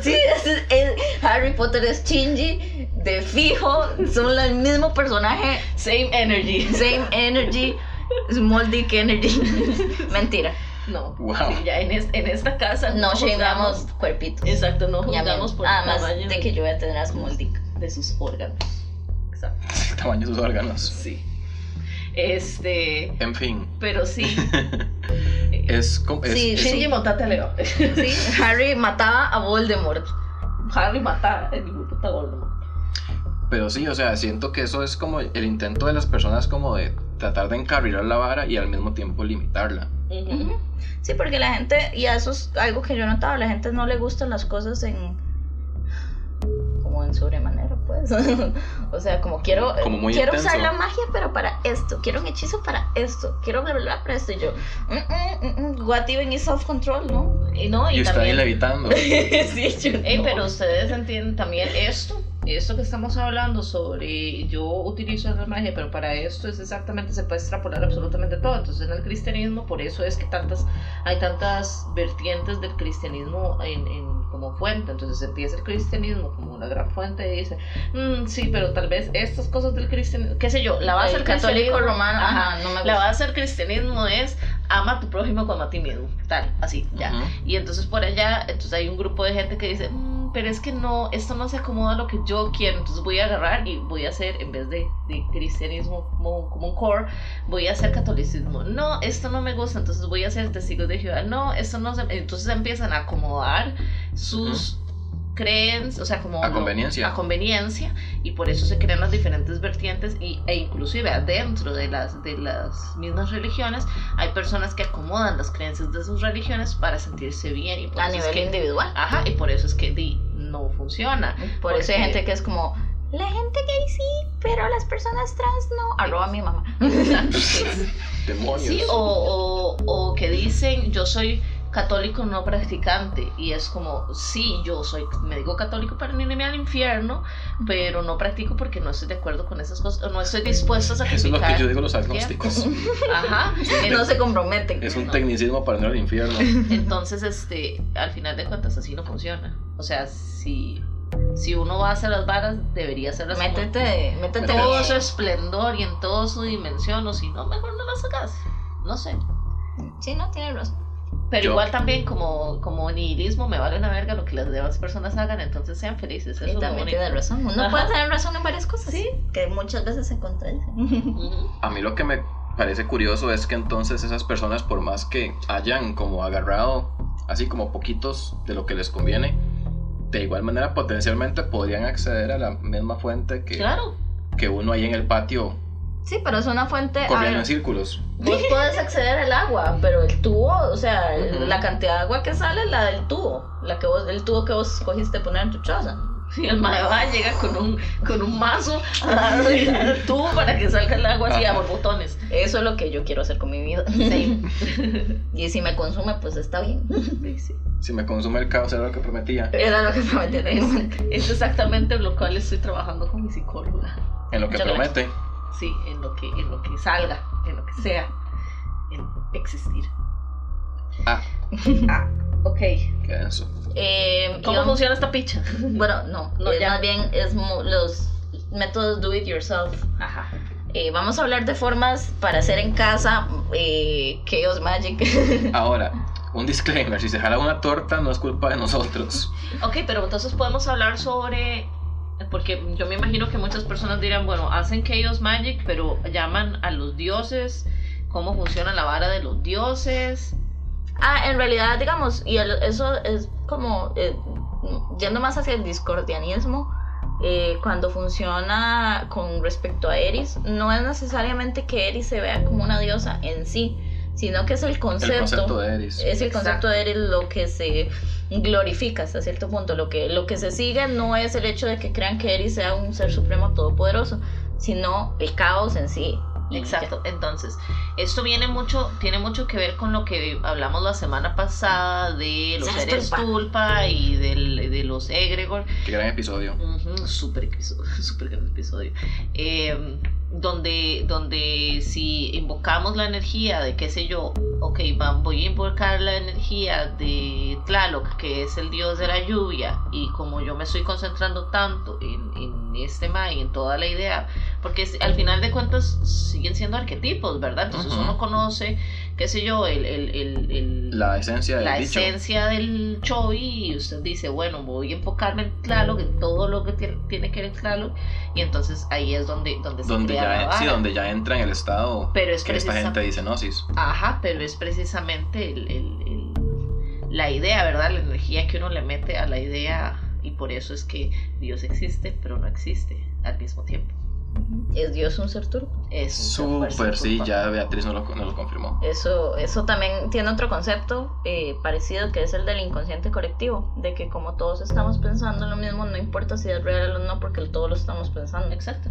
Speaker 1: Sí, ese es, es- Harry Potter es Shinji, de fijo, son el mismo personaje,
Speaker 3: Same energy.
Speaker 1: same energy, small dick energy. Mentira,
Speaker 3: No.
Speaker 2: Wow.
Speaker 3: sí, ya en, es- en esta casa
Speaker 1: no
Speaker 3: juzgamos-
Speaker 1: shameamos cuerpitos.
Speaker 3: Exacto, no
Speaker 1: Ya
Speaker 3: juzgamos
Speaker 1: me-
Speaker 3: por el
Speaker 1: Además
Speaker 3: tamaño
Speaker 1: de que yo voy a tener a small dick.
Speaker 3: de sus órganos. Exacto.
Speaker 2: El tamaño de sus órganos.
Speaker 3: Sí. Este,
Speaker 2: En fin.
Speaker 3: pero sí.
Speaker 2: Es como. Es,
Speaker 1: Sí,
Speaker 2: es-
Speaker 1: sí.
Speaker 3: Shinji montate a Leo.
Speaker 1: Sí, Harry mataba a Voldemort.
Speaker 3: Harry mata el hijo de puta Voldemort.
Speaker 2: Pero sí, o sea, siento que eso es como el intento de las personas como de tratar de encarrilar la vara y al mismo tiempo limitarla.
Speaker 1: Ujú. Sí, porque la gente, y eso es algo que yo he notado, la gente no le gustan las cosas en como en sobremanera, pues. o sea, como quiero eh,
Speaker 2: Como muy
Speaker 1: quiero
Speaker 2: intenso.
Speaker 1: usar la magia, pero para esto, quiero un hechizo para esto, quiero bla bla bla para esto y yo. Mm, mm, mm, mm, what even is self control, ¿no?
Speaker 3: Y no, y,
Speaker 2: Y usted ahí
Speaker 3: también.
Speaker 2: levitando.
Speaker 1: sí, yo
Speaker 3: Ey,
Speaker 1: no.
Speaker 3: Eh, pero ustedes entienden también esto. Esto que estamos hablando sobre yo utilizo la magia, pero para esto es exactamente, se puede extrapolar absolutamente todo. Entonces, en el cristianismo, por eso es que tantas, hay tantas vertientes del cristianismo en, en- como fuente. Entonces, empieza el cristianismo como una gran fuente y dice, "Mm, sí, pero tal vez estas cosas del cristianismo, qué sé yo, la base
Speaker 1: el
Speaker 3: del
Speaker 1: católico
Speaker 3: cristianismo-
Speaker 1: romano,
Speaker 3: Ajá.
Speaker 1: ajá, no me
Speaker 3: La
Speaker 1: gusta.
Speaker 3: base del cristianismo es ama a tu prójimo como a ti mismo, tal, así, ya.
Speaker 2: Ujú.
Speaker 3: Y entonces por allá, entonces hay un grupo de gente que dice, "Mm, pero es que no, esto no se acomoda a lo que yo quiero, entonces voy a agarrar y voy a hacer, en vez de, de cristianismo como, como un core, voy a hacer catolicismo. No, esto no me gusta, entonces voy a hacer testigos de Jehová. No, esto no se... Entonces empiezan a acomodar sus... creencias, o sea, como
Speaker 2: A
Speaker 3: lo-
Speaker 2: conveniencia.
Speaker 3: a conveniencia y por eso se crean las diferentes vertientes y, e inclusive adentro de las, de las mismas religiones hay personas que acomodan las creencias de sus religiones para sentirse bien y por
Speaker 1: a
Speaker 3: eso es
Speaker 1: nivel
Speaker 3: que-
Speaker 1: individual.
Speaker 3: ajá, y por eso es que di, no funciona.
Speaker 1: Por eso hay
Speaker 3: porque-
Speaker 1: gente que es como la gente gay sí, pero las personas trans no. Arroba a mi mamá.
Speaker 2: Demonios.
Speaker 3: Sí, o, o- o que dicen yo soy católico no practicante y es como, sí, yo soy, me digo católico para no irme al infierno, pero no practico porque no estoy de acuerdo con esas cosas, o no estoy dispuesto a
Speaker 2: Eso es lo
Speaker 3: sacrificar.
Speaker 2: que yo digo los agnósticos.
Speaker 3: Ajá.
Speaker 1: no
Speaker 3: Entonces,
Speaker 1: se comprometen.
Speaker 2: Es un tecnicismo para no ir al infierno.
Speaker 3: entonces, este, al final de cuentas así no funciona. O sea, si, si uno va a hacer las varas, debería hacerlas como en
Speaker 1: Métete, métete.
Speaker 3: todo su esplendor y en toda su dimensión, o si no, mejor no las sacas. No sé.
Speaker 1: Sí, no tiene razón.
Speaker 3: Pero
Speaker 2: Yo-
Speaker 3: igual también como, como nihilismo me vale una verga lo que las demás personas hagan, entonces sean felices. Eso
Speaker 1: Sí,
Speaker 3: es lo
Speaker 1: también
Speaker 3: único.
Speaker 1: tiene razón. Uno
Speaker 3: Ajá.
Speaker 1: puede tener razón en varias cosas.
Speaker 3: Sí.
Speaker 1: Que muchas veces se contradicen.
Speaker 3: Ujú.
Speaker 2: A mí lo que me parece curioso es que entonces esas personas, por más que hayan como agarrado así como poquitos de lo que les conviene, de igual manera potencialmente podrían acceder a la misma fuente que,
Speaker 3: Claro.
Speaker 2: que uno ahí en el patio
Speaker 1: Sí, pero es una
Speaker 3: Eh,
Speaker 1: fuente. A
Speaker 3: ah,
Speaker 2: corriendo en
Speaker 1: ver,
Speaker 2: círculos.
Speaker 1: vos puedes acceder al agua, pero el tubo, o sea, el-
Speaker 2: Ujú.
Speaker 1: la cantidad de agua que sale es la del tubo. La que vos, el tubo que vos escogiste poner en tu choza.
Speaker 3: Y el mae va, llega con un, con un mazo a darle al tubo para que salga el agua así a borbotones.
Speaker 1: Eso es lo que yo quiero hacer con mi vida.
Speaker 3: Sí.
Speaker 1: Y si me consume, pues está bien.
Speaker 3: Sí, sí.
Speaker 2: Si me consume el caos era lo que prometía.
Speaker 1: Era lo que prometí en ese momento.
Speaker 3: Es exactamente en lo cual estoy trabajando con mi psicóloga.
Speaker 2: En lo que
Speaker 1: Muchas gracias.
Speaker 2: promete.
Speaker 3: Sí, en lo que, en lo que salga, en lo que sea, en existir.
Speaker 2: Ah,
Speaker 3: Ok.
Speaker 2: qué denso.
Speaker 1: Eh,
Speaker 3: ¿Cómo
Speaker 1: íbamos-
Speaker 3: funciona esta picha?
Speaker 1: Bueno, no,
Speaker 3: No,
Speaker 1: eh,
Speaker 3: ya.
Speaker 1: más bien es mu- los métodos do it yourself.
Speaker 3: Ajá.
Speaker 1: Eh, vamos a hablar de formas para hacer en casa eh, Chaos Magic.
Speaker 2: Ahora, un disclaimer: si se jala una torta, no es culpa de nosotros.
Speaker 3: Ok, pero entonces podemos hablar sobre. Porque yo me imagino que muchas personas dirán, bueno, hacen Chaos Magic, pero llaman a los dioses, cómo funciona la vara de los dioses.
Speaker 1: ah, en realidad, digamos, y el- eso es como eh, yendo más hacia el discordianismo. eh, cuando funciona con respecto a Eris, no es necesariamente que Eris se vea como una diosa en sí, sino que es el
Speaker 2: El concepto de Eris.
Speaker 3: Eh,
Speaker 1: es el concepto de eres lo que se glorifica hasta cierto punto. Lo que, lo que se sigue no es el hecho de que crean que Eris sea un ser supremo todopoderoso, sino el caos en sí. y
Speaker 3: Exacto, entonces, esto viene mucho, tiene mucho que ver con lo que hablamos la semana pasada de los
Speaker 1: Seres
Speaker 3: seres
Speaker 1: tulpa.
Speaker 3: tulpa y del- de los egregor.
Speaker 2: Qué gran episodio.
Speaker 3: Ujú, Súper episodio, súper gran episodio. Eh, donde, donde si invocamos la energía de, qué sé yo, ok, va- voy a invocar la energía de Tlaloc, que es el dios de la lluvia, y como yo me estoy concentrando tanto en, en este ma y en toda la idea, porque es- al final de cuentas siguen siendo arquetipos, ¿verdad? Entonces
Speaker 2: Ujú.
Speaker 3: uno conoce, qué sé yo, el... el, el, el-
Speaker 2: La esencia del
Speaker 3: la
Speaker 2: dicho.
Speaker 3: esencia del chovi y usted dice, bueno, voy a enfocarme en Tlaloc, en todo lo que tiene, tiene que ver en Tlaloc, y entonces ahí es donde, donde,
Speaker 2: Donde
Speaker 3: se crea la
Speaker 2: ya,
Speaker 3: vara.
Speaker 2: sí, donde ya entra en el estado
Speaker 3: pero es
Speaker 2: que esta
Speaker 3: precisa-
Speaker 2: gente dice gnosis.
Speaker 3: Ajá, pero es precisamente el- el- el- la idea, ¿verdad? La energía que uno le mete a la idea, y por eso es que Dios existe, pero no existe al mismo tiempo.
Speaker 1: ya. ¿Es Dios un ser turbo?
Speaker 3: Es un
Speaker 2: Súper, sí,
Speaker 3: superculpa.
Speaker 2: ya Beatriz no lo, no lo confirmó.
Speaker 1: Eso, eso también tiene otro concepto eh, parecido que es el del inconsciente colectivo, de que como todos estamos pensando lo mismo, no importa si es real o no, porque todos lo estamos pensando.
Speaker 3: Exacto.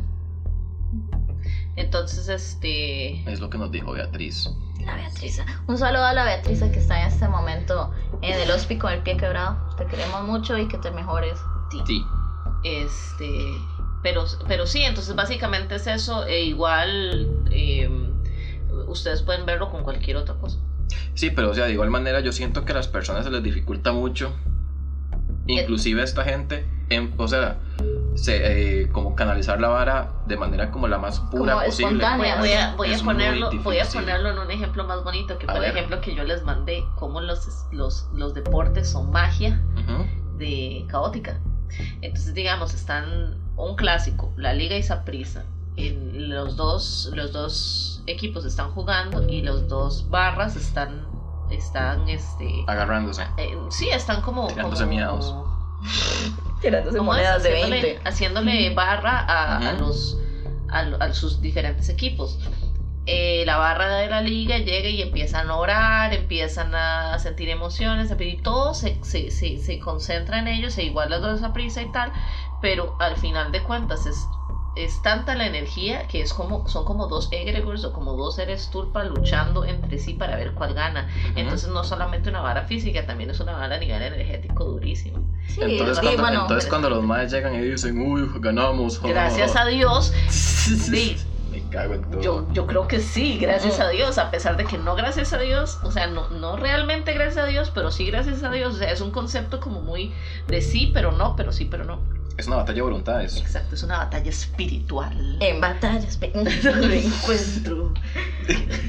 Speaker 3: Entonces, este...
Speaker 2: Es lo que nos dijo Beatriz.
Speaker 1: La Beatriza. Un saludo a la Beatriza que está en este momento en el hospital con el pie quebrado. Te queremos mucho y que te mejores.
Speaker 2: Sí.
Speaker 3: Este, pero, pero sí, entonces básicamente es eso. E igual eh, ustedes pueden verlo con cualquier otra cosa.
Speaker 2: Sí, pero o sea, de igual manera yo siento que a las personas se les dificulta mucho, inclusive a esta gente, en- o sea, se, eh, como canalizar la vara de manera como la más pura
Speaker 1: Como
Speaker 2: posible.
Speaker 1: espontánea.
Speaker 3: Voy a, voy a- voy a
Speaker 2: Es muy
Speaker 3: ponerlo, voy a
Speaker 2: difícil.
Speaker 3: ponerlo en un ejemplo más bonito, que
Speaker 2: A
Speaker 3: fue el
Speaker 2: ver.
Speaker 3: ejemplo que yo les mandé, cómo los, los, los deportes son magia
Speaker 2: Ujú.
Speaker 3: de caótica. Entonces, digamos, están un clásico, la Liga y Saprissa. En los dos, los dos equipos están jugando y los dos barras están, están este,
Speaker 2: Agarrándose.
Speaker 3: Eh, sí, están como.
Speaker 2: Tirándose
Speaker 3: como-
Speaker 2: miados.
Speaker 3: como
Speaker 1: Tirándose
Speaker 3: es,
Speaker 1: monedas de
Speaker 3: haciéndole-
Speaker 1: 20.
Speaker 3: Haciéndole barra a, a
Speaker 2: Ujú.
Speaker 3: los, a, lo- a sus diferentes equipos. Eh, la barra de la liga llega y empiezan a orar, empiezan a sentir emociones, a pedir todo, se, se, se, se concentra en ellos, e se iguala toda esa prisa y tal, pero al final de cuentas es, es tanta la energía que es como, son como dos egregores o como dos seres turpa luchando entre sí para ver cuál gana.
Speaker 2: Ujú.
Speaker 3: Entonces no solamente una vara física, también es una vara a nivel energético durísima.
Speaker 1: Sí,
Speaker 2: entonces,
Speaker 1: sí,
Speaker 2: cuando,
Speaker 1: bueno,
Speaker 2: entonces
Speaker 3: pero-
Speaker 2: cuando los madres llegan y dicen, uy, ganamos. jo, jo, jo".
Speaker 3: Gracias a Dios, sí,
Speaker 2: Me cago en todo.
Speaker 3: yo, yo creo que sí, gracias a Dios, a pesar de que no gracias a Dios, o sea, no, no realmente gracias a Dios, pero sí gracias a Dios, o sea, es un concepto como muy de sí, pero no, pero sí, pero no.
Speaker 2: Es una batalla de voluntades.
Speaker 3: Exacto, es una batalla espiritual.
Speaker 2: Eh.
Speaker 1: en batallas. pe-
Speaker 3: Reencuentro.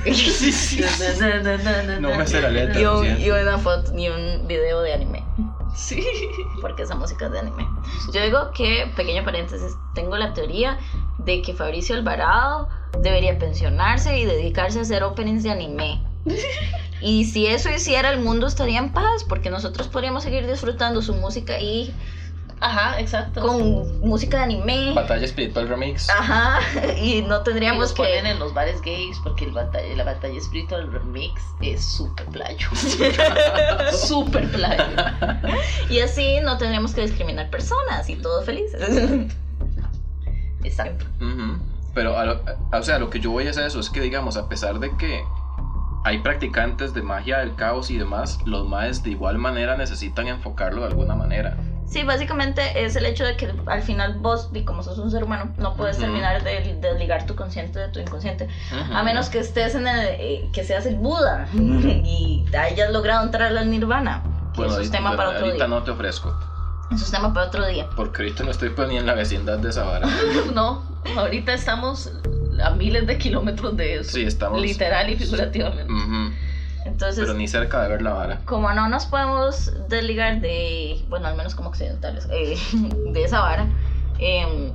Speaker 3: Na, na, na, na, na,
Speaker 2: No me sé la
Speaker 3: na,
Speaker 2: letra.
Speaker 1: y,
Speaker 3: na.
Speaker 1: un- y una foto y un video de anime,
Speaker 3: Sí.
Speaker 1: porque esa música es de anime. Yo digo que, pequeño paréntesis, tengo la teoría de que Fabricio Alvarado debería pensionarse y dedicarse a hacer openings de anime. Y si eso hiciera, el mundo estaría en paz, porque nosotros podríamos seguir disfrutando su música y
Speaker 3: Ajá, exacto.
Speaker 1: con música de anime.
Speaker 2: Batalla espiritual remix.
Speaker 1: Ajá,
Speaker 3: Ah,
Speaker 1: y no
Speaker 3: Y los
Speaker 1: tendríamos que.
Speaker 3: ponen en los bares gays porque el batalla, la batalla espiritual remix es súper playo. súper playo.
Speaker 1: Y así no tendríamos que discriminar personas y todos felices.
Speaker 3: Exacto.
Speaker 2: Ujú. Pero, a lo- a- o sea, lo que yo voy es a eso, es que, digamos, a pesar de que hay practicantes de magia del caos y demás, los maes de igual manera necesitan enfocarlo de alguna manera.
Speaker 1: Sí, básicamente es el hecho de que al final vos, y como sos un ser humano, no puedes
Speaker 2: Ujú.
Speaker 1: terminar de desligar tu consciente de tu inconsciente.
Speaker 2: Ujú.
Speaker 1: A menos que estés en el. eh, que seas el Buda y hayas logrado entrar al Nirvana. Que
Speaker 2: Bueno,
Speaker 1: eso es
Speaker 2: ahorita,
Speaker 1: tema para
Speaker 2: bueno,
Speaker 1: otro
Speaker 2: ahorita
Speaker 1: día.
Speaker 2: no te ofrezco,
Speaker 1: Eso es tema para otro día.
Speaker 2: porque ahorita no estoy pues, ni en la vecindad de esa vara.
Speaker 3: No, ahorita estamos a miles de kilómetros de eso.
Speaker 2: Sí, estamos...
Speaker 3: Literal y figurativamente.
Speaker 2: Ujú.
Speaker 1: Entonces.
Speaker 2: Pero ni cerca de ver la vara.
Speaker 1: como no nos podemos desligar de, bueno, al menos como occidentales, eh, de esa vara, em,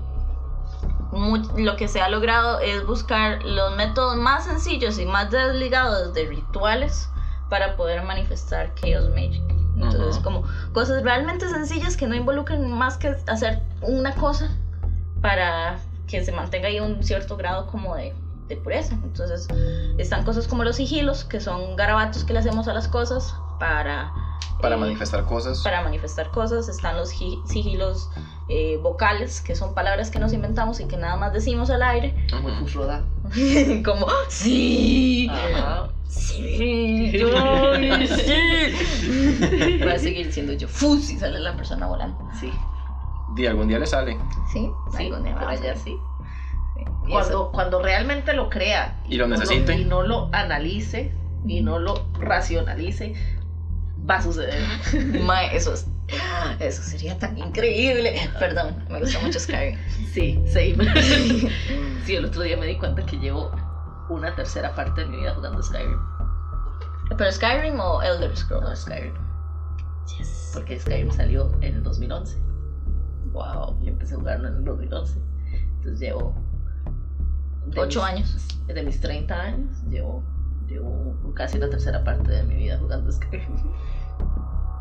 Speaker 1: mu- lo que se ha logrado es buscar los métodos más sencillos y más desligados de rituales para poder manifestar Chaos Magic. Entonces,
Speaker 2: Ujú.
Speaker 1: como cosas realmente sencillas que no involucren más que hacer una cosa para que se mantenga ahí un cierto grado como de, de pureza. Entonces, están cosas como los sigilos, que son garabatos que le hacemos a las cosas para...
Speaker 2: Para
Speaker 1: eh,
Speaker 2: manifestar cosas.
Speaker 1: Para manifestar cosas. Están los gi- sigilos eh, vocales, que son palabras que nos inventamos y que nada más decimos al aire.
Speaker 3: Como el
Speaker 2: Ujú.
Speaker 3: Fusroda.
Speaker 1: como, sí,
Speaker 3: Ajá.
Speaker 1: sí, yo, sí. Va a seguir siendo yo, fus, y sale la persona volando.
Speaker 3: Sí,
Speaker 2: Y algún día le sale.
Speaker 1: Sí,
Speaker 3: sí,
Speaker 1: algún día
Speaker 3: por
Speaker 1: vamos a
Speaker 3: allá
Speaker 1: ver.
Speaker 3: sí.
Speaker 1: Y eso-
Speaker 3: Cuando, cuando realmente lo crea
Speaker 2: Y lo
Speaker 3: no
Speaker 2: necesite.
Speaker 3: y no lo analice y no lo racionalice, va a suceder.
Speaker 1: Mae, eso, es- ah, eso sería tan increíble. Perdón, me gusta mucho Skyrim.
Speaker 3: Sí, same. sí, el otro día me di cuenta que llevo una tercera parte de mi vida jugando Skyrim.
Speaker 1: ¿Pero Skyrim o Elder
Speaker 3: No,
Speaker 1: Scrolls?
Speaker 3: Skyrim.
Speaker 1: Yes.
Speaker 3: Porque Skyrim salió en el 2011. Wow, yo empecé a jugarlo en el 2011. Entonces llevo. de
Speaker 1: Ocho
Speaker 3: mis-
Speaker 1: años.
Speaker 3: De mis 30 años, llevo, llevo casi la tercera parte de mi vida jugando Skyrim.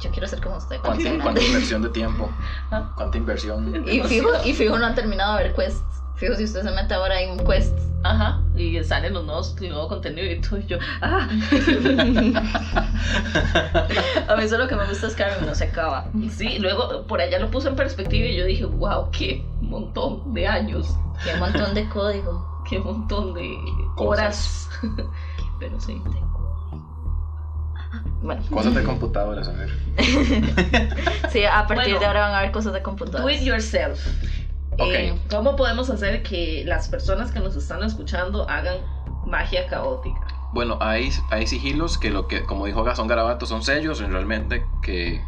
Speaker 1: Yo quiero ser como usted. cuando
Speaker 2: ¿Cuánta,
Speaker 1: sea
Speaker 2: cuánta
Speaker 1: grande.
Speaker 2: inversión de tiempo?
Speaker 1: Ah.
Speaker 3: Ajá.
Speaker 2: ¿Cuánta inversión?
Speaker 1: Y fijo, y fijo no han terminado de ver quests. Fijo, si usted se mete ahora en quests.
Speaker 3: Ajá, y salen los nuevos, el nuevo contenido y todo. Y yo, ¡ah!
Speaker 1: A mí eso es lo que me gusta de Skyrim, no se acaba.
Speaker 3: Sí, luego por allá lo puse en perspectiva y yo dije, wow, qué montón de años,
Speaker 1: Y un montón de código.
Speaker 3: qué montón de
Speaker 2: Cosas.
Speaker 3: horas. Pero sí.
Speaker 1: Bueno,
Speaker 2: Cosas de computadoras, a ver.
Speaker 1: sí, a partir
Speaker 3: Bueno.
Speaker 1: de ahora van a haber cosas de
Speaker 3: Do
Speaker 1: computadoras.
Speaker 3: it yourself.
Speaker 2: Ok.
Speaker 3: Eh, ¿Cómo podemos hacer que las personas que nos están escuchando hagan magia caótica?
Speaker 2: Bueno, hay, hay sigilos que lo que, como dijo Gastón Garabato, son sellos realmente que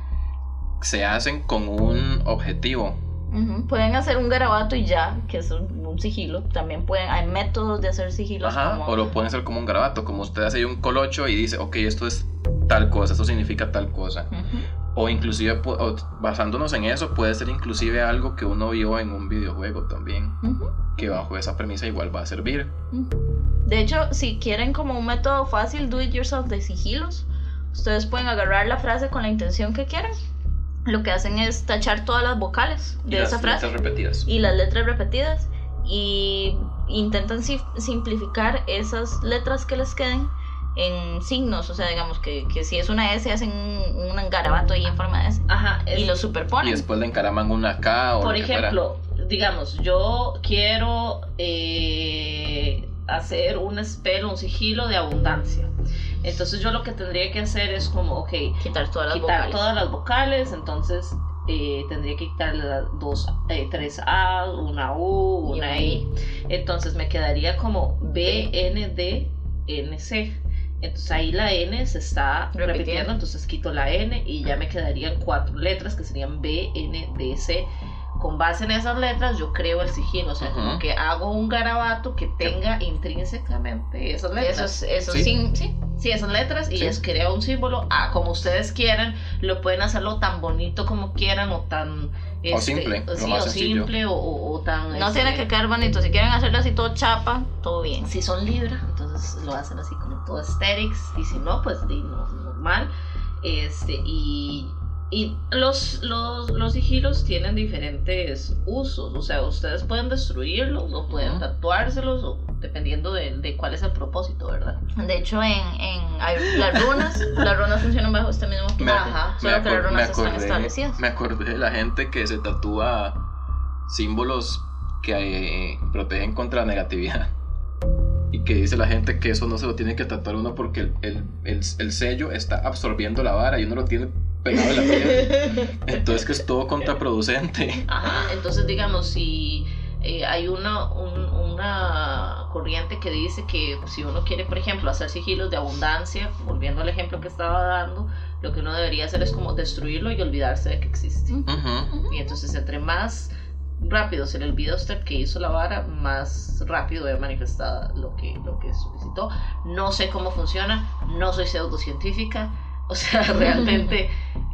Speaker 2: se hacen con un objetivo.
Speaker 1: Ujú, Pueden hacer un garabato y ya, que es un, un sigilo. También pueden, hay métodos de hacer sigilos.
Speaker 2: Ajá.
Speaker 1: como-
Speaker 2: O lo pueden hacer como un garabato, como usted hace ahí un colocho y dice, ok, esto es tal cosa, esto significa tal cosa.
Speaker 1: Ujú.
Speaker 2: O inclusive, pu- o basándonos en eso, puede ser inclusive algo que uno vio en un videojuego también,
Speaker 1: Ujú.
Speaker 2: que bajo esa premisa igual va a servir.
Speaker 1: De hecho, si quieren como un método fácil, do it yourself de sigilos, ustedes pueden agarrar la frase con la intención que quieran. Lo que hacen es tachar todas las vocales
Speaker 2: Y
Speaker 1: de
Speaker 2: las
Speaker 1: esa frase
Speaker 2: letras repetidas.
Speaker 1: y las letras repetidas y intentan si- simplificar esas letras que les queden en signos, o sea, digamos que, que si es una S hacen un, un garabato ahí en forma de S
Speaker 3: Ajá,
Speaker 1: y
Speaker 3: es-
Speaker 1: lo
Speaker 2: Y
Speaker 1: superponen.
Speaker 2: después le encaraman una K o
Speaker 3: por
Speaker 2: lo que fuera.
Speaker 3: ejemplo, digamos, yo quiero eh, hacer un spell, un sigilo de abundancia. Entonces yo lo que tendría que hacer es como, ok,
Speaker 1: quitar todas las
Speaker 3: quitar
Speaker 1: vocales.
Speaker 3: todas las vocales, entonces eh, tendría que quitarle las dos, eh, tres A, una U,
Speaker 1: Y una
Speaker 3: una I. Entonces me quedaría como B, N, D, N, C. Entonces ahí la N se está repitiendo.
Speaker 1: Repitiendo.
Speaker 3: entonces quito la N y ya me quedarían cuatro letras que serían B, N, D, C. Con base en esas letras yo creo el sigilo, o sea, como
Speaker 2: Ujú.
Speaker 3: que hago un garabato que tenga intrínsecamente esas letras.
Speaker 1: Esos, esos
Speaker 2: Sí.
Speaker 1: sin- sí.
Speaker 3: Sí, esas letras y
Speaker 2: Sí.
Speaker 3: les crea un símbolo a como ustedes quieran. Lo pueden hacerlo tan bonito como quieran o tan. este,
Speaker 2: simple, lo
Speaker 3: sí,
Speaker 2: más
Speaker 3: o
Speaker 2: sencillo.
Speaker 3: simple o, o- o tan.
Speaker 1: No
Speaker 3: este,
Speaker 1: tiene que quedar bonito. Si quieren hacerlo así todo chapa, todo bien.
Speaker 3: Si son libras, entonces lo hacen así como todo aesthetics. Y si no, pues de no- normal. Este, y Y los, los, los sigilos tienen diferentes usos, o sea, ustedes pueden destruirlos o pueden
Speaker 1: Ujú.
Speaker 3: tatuárselos, o dependiendo de, de cuál es el propósito, ¿verdad?
Speaker 1: De hecho, en, en hay- las runas, las runas funcionan bajo este mismo
Speaker 2: Me,
Speaker 1: esquema.
Speaker 3: Ajá.
Speaker 2: me
Speaker 1: solo que las
Speaker 2: acor- me
Speaker 1: runas están
Speaker 2: acordé,
Speaker 1: establecidas.
Speaker 2: me acordé de la gente que se tatúa símbolos que eh, protegen contra la negatividad. Y que dice la gente que eso no se lo tiene que tatuar uno porque el, el- el- el sello está absorbiendo la vara y uno lo tiene pegado en la piel. Entonces que es todo contraproducente.
Speaker 3: Ajá, entonces digamos, si eh, hay una, un- una corriente que dice que si uno quiere, por ejemplo, hacer sigilos de abundancia, volviendo al ejemplo que estaba dando, lo que uno debería hacer es como destruirlo y olvidarse de que existe.
Speaker 2: Ujú.
Speaker 3: Y entonces entre más rápido se le olvida a usted que hizo la vara, más rápido ve manifestada lo que, lo que solicitó. No sé cómo funciona, no soy pseudocientífica, o sea, realmente...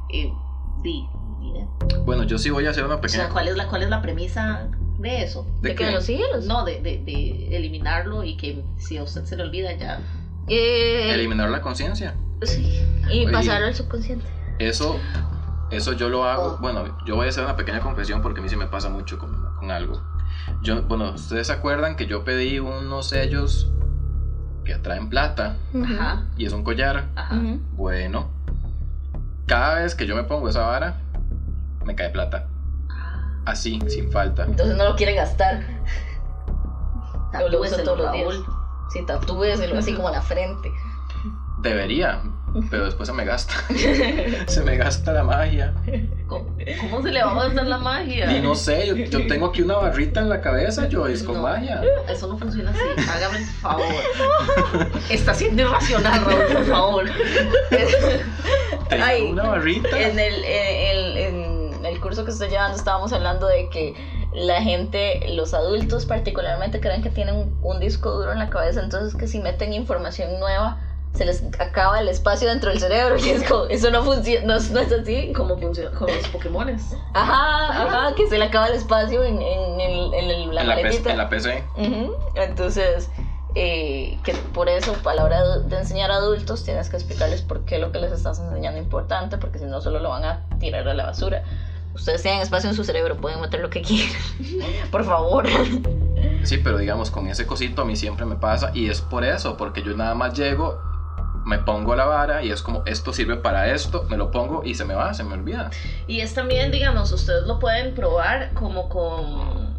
Speaker 3: eh, di, mira.
Speaker 2: Bueno, yo sí voy a hacer una
Speaker 3: O sea,
Speaker 2: pequeña...
Speaker 3: ¿cuál es la, cuál es la premisa de eso?
Speaker 1: ¿De qué? ¿De los siglos?
Speaker 3: No, de, de, de eliminarlo y que si a usted se le olvida ya...
Speaker 1: Eh,
Speaker 2: Eliminar la conciencia.
Speaker 1: sí. Y
Speaker 2: Oye.
Speaker 1: pasarlo al subconsciente.
Speaker 2: Eso, eso yo lo hago.
Speaker 3: Oh.
Speaker 2: Bueno, yo voy a hacer una pequeña confesión porque a mí se me pasa mucho con, con algo. Yo, bueno, ustedes se acuerdan que yo pedí unos sellos que atraen plata
Speaker 3: Ajá,
Speaker 2: y es un collar.
Speaker 3: ajá.
Speaker 1: Ujú.
Speaker 2: Bueno, cada vez que yo me pongo esa vara, me cae plata.
Speaker 3: Ah,
Speaker 2: Así, sin falta.
Speaker 1: Entonces no lo quiere gastar. Yo lo uso
Speaker 3: tatúeselo,
Speaker 1: todos los días.
Speaker 3: Raúl.
Speaker 1: Si tatúeselo así como en la frente.
Speaker 2: Debería, pero después se me gasta. se me gasta la magia.
Speaker 3: ¿Cómo, cómo se le va a gastar la magia?
Speaker 2: Y no sé, yo, yo tengo aquí una barrita en la cabeza, yo es con
Speaker 3: No.
Speaker 2: magia.
Speaker 3: Eso no funciona así. Hágame el favor. Está siendo irracional, Raúl, por favor.
Speaker 2: Tengo
Speaker 1: Ay,
Speaker 2: una barrita.
Speaker 1: En el, en, en- en el curso que estoy llevando estábamos hablando de que la gente, los adultos particularmente, creen que tienen un, un disco duro en la cabeza, entonces que si meten información nueva se les acaba el espacio dentro del cerebro. Y es como, eso no funciona, no, es- no es así.
Speaker 3: ¿Cómo funciona? Con los Pokémones.
Speaker 1: Ajá, ajá, que se le acaba el espacio en, en el- en el- la
Speaker 2: en, la P-
Speaker 1: maletita.
Speaker 2: en la PC.
Speaker 1: Ujú, Entonces, eh, que por eso a la hora de, de enseñar a adultos tienes que explicarles por qué lo que les estás enseñando es importante, porque si no solo lo van a tirar a la basura. Ustedes tienen espacio en su cerebro, pueden meter lo que quieran. por favor.
Speaker 2: Sí, pero digamos, con ese cosito a mí siempre me pasa y es por eso, porque yo nada más llego, me pongo la vara y es como, esto sirve para esto, me lo pongo y se me va, se me olvida.
Speaker 3: Y es también, digamos, ustedes lo pueden probar como con,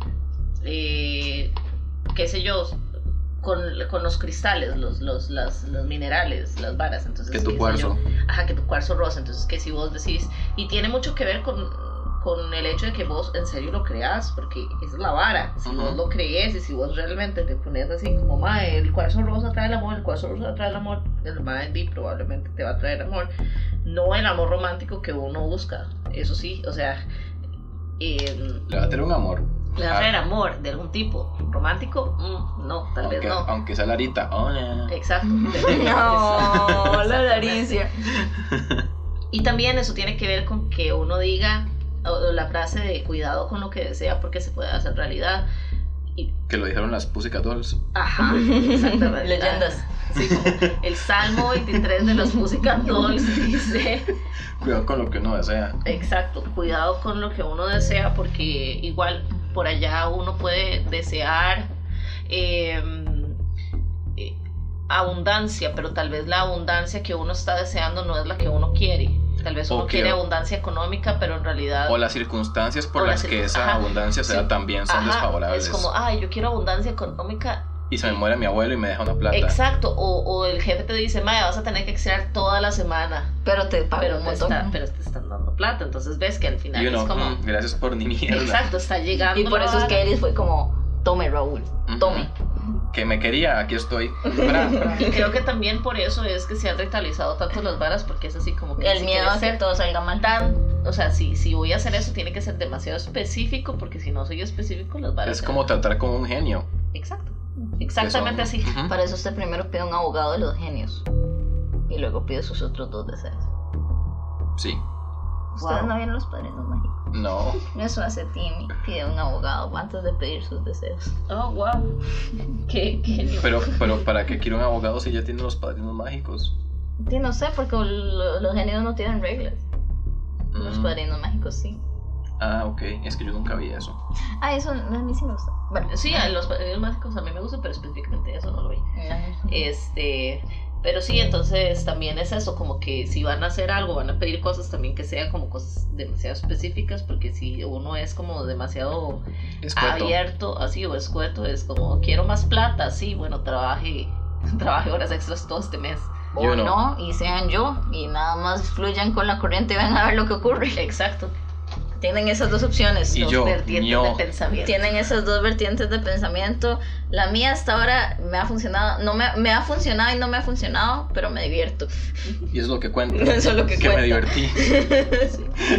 Speaker 3: eh, qué sé yo, con, con los cristales, los, los, las, los minerales, las varas. Entonces,
Speaker 2: que
Speaker 3: qué
Speaker 2: tu
Speaker 3: sé
Speaker 2: cuarzo.
Speaker 3: yo. Ajá, que tu cuarzo rosa. Entonces, que si vos decís, y tiene mucho que ver con, con el hecho de que vos en serio lo creas, porque es la vara. Si vos
Speaker 2: Ujú.
Speaker 3: lo crees y si vos realmente te pones así como, ma, el cuarzo rosa trae el amor, el cuarzo rosa trae el amor, el ma di probablemente te va a traer amor. No el amor romántico que uno busca, eso sí, o sea, eh,
Speaker 2: Le va a tener un amor.
Speaker 3: le va a
Speaker 2: Ah.
Speaker 3: traer amor de algún tipo. ¿Romántico? Mm, no, tal
Speaker 2: Aunque,
Speaker 3: vez no.
Speaker 2: aunque sea Larita. Oh, yeah.
Speaker 3: Exacto.
Speaker 1: No, la daricia.
Speaker 3: Y también eso tiene que ver con que uno diga o- o la frase de cuidado con lo que desea porque se puede hacer realidad.
Speaker 2: Que lo dijeron las Pussycat Dolls.
Speaker 3: Ajá, exactamente.
Speaker 1: Leyendas.
Speaker 3: Sí, como el Salmo 23 de los Música Dolls dice,
Speaker 2: Cuidado con lo que uno desea.
Speaker 3: exacto, cuidado con lo que uno desea porque igual por allá uno puede desear eh, eh, abundancia, pero tal vez la abundancia que uno está deseando no es la que uno quiere. Tal vez uno
Speaker 2: Ok.
Speaker 3: quiere abundancia económica, pero en realidad...
Speaker 2: O las circunstancias por
Speaker 3: O
Speaker 2: las
Speaker 3: las
Speaker 2: que
Speaker 3: circun-
Speaker 2: esa
Speaker 3: ajá,
Speaker 2: abundancia se
Speaker 3: sí.
Speaker 2: da también pues, son
Speaker 3: Ajá,
Speaker 2: desfavorables.
Speaker 3: Es como, ay, yo quiero abundancia económica.
Speaker 2: Y se me muere mi abuelo y me deja una plata.
Speaker 3: Exacto. O, o el jefe te dice, mae, vas a tener que extraer toda la semana.
Speaker 1: Pero Ah, te pago
Speaker 3: Pero
Speaker 1: un
Speaker 3: te,
Speaker 1: montón.
Speaker 3: está- pero te están dando plata. Entonces ves que al final
Speaker 2: Y uno,
Speaker 3: es como.
Speaker 2: "Mm, gracias por ni mierda.
Speaker 3: Exacto, está llegando.
Speaker 1: Y por
Speaker 3: la
Speaker 1: eso es
Speaker 3: vara.
Speaker 1: que Eris fue como, tome Raúl,
Speaker 2: Ujú.
Speaker 1: tome.
Speaker 2: Que me quería, aquí estoy. Fra, fra.
Speaker 3: Y creo que también por eso es que se han rentabilizado tanto las varas, porque es así como que.
Speaker 1: El
Speaker 3: si
Speaker 1: miedo
Speaker 3: quieres
Speaker 1: a que
Speaker 3: ser
Speaker 1: todo salga mal.
Speaker 3: tan- O sea, si, si voy a hacer eso, tiene que ser demasiado específico, porque si no soy específico, las varas.
Speaker 2: Es
Speaker 3: se-
Speaker 2: como tratar con un genio.
Speaker 3: Exacto. Exactamente
Speaker 2: Que son-
Speaker 3: así.
Speaker 2: Ujú.
Speaker 1: Para eso usted primero pide un abogado de los genios. Y luego pide sus otros dos deseos.
Speaker 2: Sí.
Speaker 1: Ustedes
Speaker 3: Wow.
Speaker 1: no vieron los padres mágicos.
Speaker 2: No.
Speaker 1: Eso hace Timmy. Pide un abogado antes de pedir sus deseos.
Speaker 3: Oh, wow. Qué genio.
Speaker 2: Pero, pero ¿para qué quiero un abogado si ya tiene los padrinos mágicos?
Speaker 1: Sí, no sé, porque lo- los genios no tienen reglas. Los
Speaker 2: Mm.
Speaker 1: padrinos mágicos, sí.
Speaker 2: Ah, ok. Es que yo nunca vi eso.
Speaker 1: Ah, eso a mí sí me gusta. Bueno,
Speaker 3: Sí, a los padrinos mágicos a mí me gusta, pero específicamente eso no lo vi.
Speaker 2: Mm.
Speaker 1: no.
Speaker 3: Este, pero sí, entonces también es eso, como que si van a hacer algo, van a pedir cosas también que sean como cosas demasiado específicas, porque si uno es como demasiado
Speaker 1: Ah,
Speaker 2: Es cueto.
Speaker 3: abierto, así o escueto, es como quiero más plata, sí, bueno, trabaje, trabaje horas extras todo este mes.
Speaker 1: O
Speaker 2: Yo no.
Speaker 1: no, y sean yo, y nada más fluyan con la corriente y van a ver lo que ocurre.
Speaker 3: Exacto.
Speaker 1: Tienen esas dos opciones.
Speaker 2: Y
Speaker 1: los
Speaker 2: yo,
Speaker 3: Vertientes
Speaker 2: ño.
Speaker 3: de pensamiento.
Speaker 1: tienen esas dos vertientes de pensamiento. La mía hasta ahora me ha funcionado, no me, me ha funcionado y no me ha funcionado, pero me divierto.
Speaker 2: Y es lo que cuenta.
Speaker 1: Eso es lo que
Speaker 2: que
Speaker 1: cuenta.
Speaker 2: me divertí.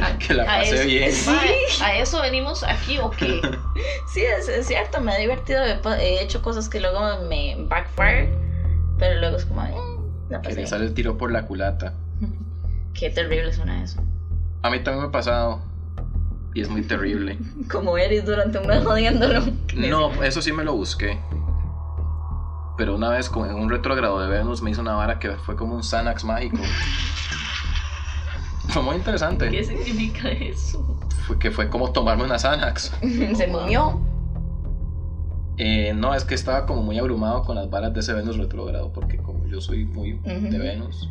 Speaker 3: A-
Speaker 2: Que la
Speaker 3: a
Speaker 2: pasé
Speaker 3: eso-
Speaker 2: bien.
Speaker 1: Sí.
Speaker 3: Ma, ¿A eso venimos aquí o qué?
Speaker 1: Sí, es, es cierto, me ha divertido, he, pa- he hecho cosas que luego me backfire, pero luego es como, eh, la
Speaker 2: Que
Speaker 1: pasé
Speaker 2: le
Speaker 1: bien.
Speaker 2: sale el tiro por la culata.
Speaker 1: Qué terrible suena eso.
Speaker 2: A mí también me ha pasado. Y es muy terrible.
Speaker 1: Como eres durante un mes jodiéndolo.
Speaker 2: No, eso sí me lo busqué. Pero una vez con- en un retrogrado de Venus me hizo una vara que fue como un Xanax mágico. Fue muy
Speaker 3: ¿Qué
Speaker 2: interesante.
Speaker 3: significa eso?
Speaker 2: Fue que fue como tomarme una Xanax.
Speaker 1: Se momió.
Speaker 2: Eh, no, es que estaba como muy abrumado con las varas de ese Venus retrogrado, porque como yo soy muy de
Speaker 1: Ujú.
Speaker 2: Venus.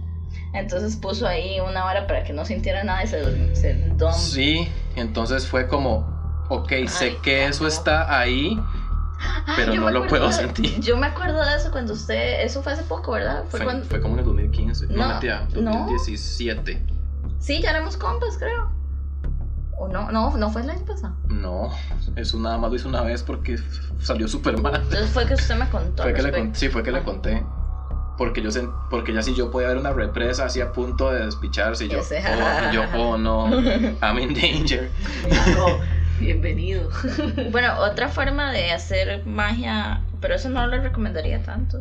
Speaker 1: Entonces puso ahí una vara para que no sintiera nada y se, dur- se dom-
Speaker 2: Sí, entonces fue como, ok, sé
Speaker 3: Ay,
Speaker 2: que eso está ahí,
Speaker 1: Ay,
Speaker 2: pero
Speaker 1: Ah, yo
Speaker 2: no
Speaker 1: me
Speaker 2: lo
Speaker 1: acuerdo
Speaker 2: puedo
Speaker 1: de-
Speaker 2: sentir.
Speaker 1: Yo me acuerdo de eso cuando usted. Eso fue hace poco, ¿verdad? Fue
Speaker 2: Fue,
Speaker 1: cuando.
Speaker 2: fue como en el 2015, no,
Speaker 1: No,
Speaker 2: mentira,
Speaker 1: no.
Speaker 2: 2017.
Speaker 1: Sí, ya éramos compas, creo. O no, no, no fue la vez pasada.
Speaker 2: No, eso nada más lo hice una vez porque salió súper mal.
Speaker 1: Entonces fue que usted me contó. al
Speaker 2: Fue que le
Speaker 1: respecto.
Speaker 2: con- sí, fue que le
Speaker 1: Ajá.
Speaker 2: conté. Porque yo sen- porque ya si yo podía ver una represa así a punto de despicharse y yo,
Speaker 1: Yo sé,
Speaker 2: oh, y yo, oh no, I'm in danger.
Speaker 3: No, bienvenido.
Speaker 1: Bueno, otra forma de hacer magia, pero eso no lo recomendaría tanto,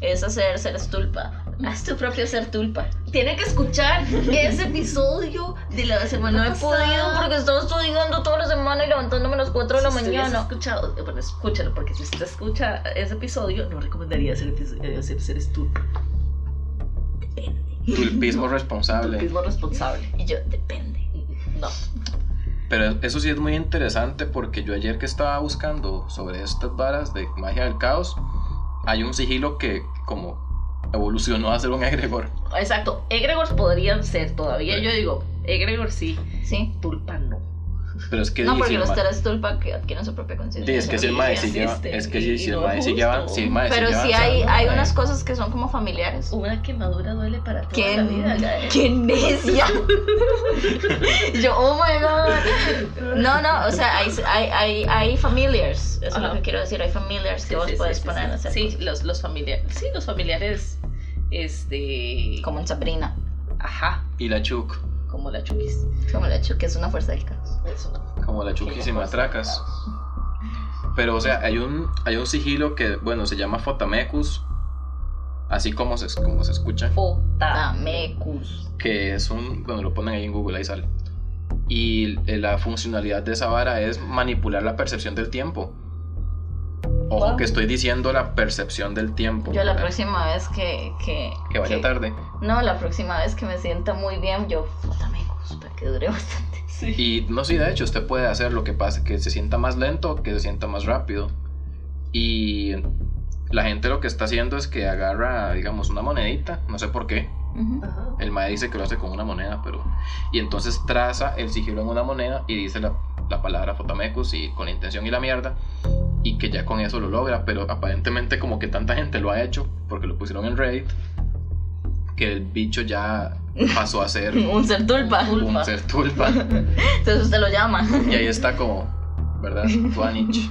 Speaker 1: es hacer seres tulpa. Haz tu propio ser tulpa.
Speaker 3: Tiene que escuchar ese episodio de la semana
Speaker 1: No he podido porque estaba estudiando toda la semana y levantándome a las 4 de la mañana.
Speaker 3: escuchado, eh, bueno, escúchalo, porque si usted escucha ese episodio, no recomendaría hacer, episo- eh, hacer ser estúpido.
Speaker 2: Tulpismo responsable.
Speaker 3: Mismo responsable.
Speaker 1: Y yo, depende.
Speaker 3: No.
Speaker 2: Pero eso sí es muy interesante porque yo ayer que estaba buscando sobre estas varas de magia del caos, hay un sigilo que como evolucionó a ser un egregor.
Speaker 3: Exacto. Egregors podrían ser todavía. Yo digo, Egregor sí,
Speaker 1: Sí.
Speaker 3: tulpa no.
Speaker 2: Pero es que
Speaker 1: No,
Speaker 2: dice,
Speaker 1: porque los
Speaker 2: ma-
Speaker 1: seres tulpa que adquieren su propia
Speaker 2: Sí,
Speaker 1: conciencia.
Speaker 2: es que si el
Speaker 3: Y
Speaker 2: mae sí
Speaker 3: existe,
Speaker 2: lleva, es que si,
Speaker 3: y
Speaker 2: si el
Speaker 3: no
Speaker 2: mae
Speaker 3: es
Speaker 2: sí lleva,
Speaker 3: justo.
Speaker 2: si el mae sí
Speaker 1: Pero
Speaker 2: lleva eh,
Speaker 1: sí hay,
Speaker 2: avanzando,
Speaker 1: hay
Speaker 2: mae.
Speaker 1: unas cosas que son como familiares.
Speaker 3: Una quemadura duele para toda
Speaker 1: ¡Qué,
Speaker 3: la vida. ya, eh.
Speaker 1: qué necia! Yo, oh my god. No, no, o sea, hay, hay, hay, hay familiars. Eso es lo
Speaker 3: Ajá.
Speaker 1: que quiero decir. Hay familiars que
Speaker 3: Sí,
Speaker 1: vos
Speaker 3: sí,
Speaker 1: puedes
Speaker 3: sí, sí,
Speaker 1: poner
Speaker 3: sí.
Speaker 1: a hacer.
Speaker 3: Sí,
Speaker 1: cosas.
Speaker 3: los, los familiares. Sí, los familiares. Este.
Speaker 1: Como en Sabrina.
Speaker 3: Ajá,
Speaker 2: Y la chuc,
Speaker 3: como la Chukis.
Speaker 1: Como la hecho que es una fuerza del caos.
Speaker 3: Eso no.
Speaker 2: como la chuc y se matracas. Pero o sea, hay un, hay un sigilo que, bueno, se llama Fotamecus, así como se, como se escucha,
Speaker 1: Ah,
Speaker 3: Fota.
Speaker 1: Tamecus.
Speaker 2: que es un, bueno, lo ponen ahí en Google, ahí sale. Y eh, la funcionalidad de esa vara es manipular la percepción del tiempo. Ojo
Speaker 1: Wow.
Speaker 2: que estoy diciendo la percepción del tiempo.
Speaker 1: Yo la
Speaker 2: ¿verdad?
Speaker 1: próxima vez que. Que,
Speaker 2: Que vaya
Speaker 1: que-
Speaker 2: tarde.
Speaker 1: No, la próxima vez que me sienta muy bien, yo. Tamecus, para que dure bastante.
Speaker 3: Sí.
Speaker 2: Y no sé, de hecho, usted puede hacer lo que pase, que se sienta más lento, que se sienta más rápido. Y la gente lo que está haciendo es que agarra, digamos, una monedita, no sé por qué.
Speaker 1: Ujú.
Speaker 3: Ajá.
Speaker 2: El mae dice que lo hace con una moneda, pero. Y entonces traza el sigilo en una moneda y dice la, la palabra Fotamecus y con la intención y la mierda. Y que ya con eso lo logra, pero aparentemente, como que tanta gente lo ha hecho, porque lo pusieron en Reddit, que el bicho ya pasó a ser
Speaker 1: Un ser tulpa.
Speaker 2: un ser tulpa.
Speaker 1: Entonces usted lo llama.
Speaker 2: Y ahí está como, ¿verdad? Tuanich.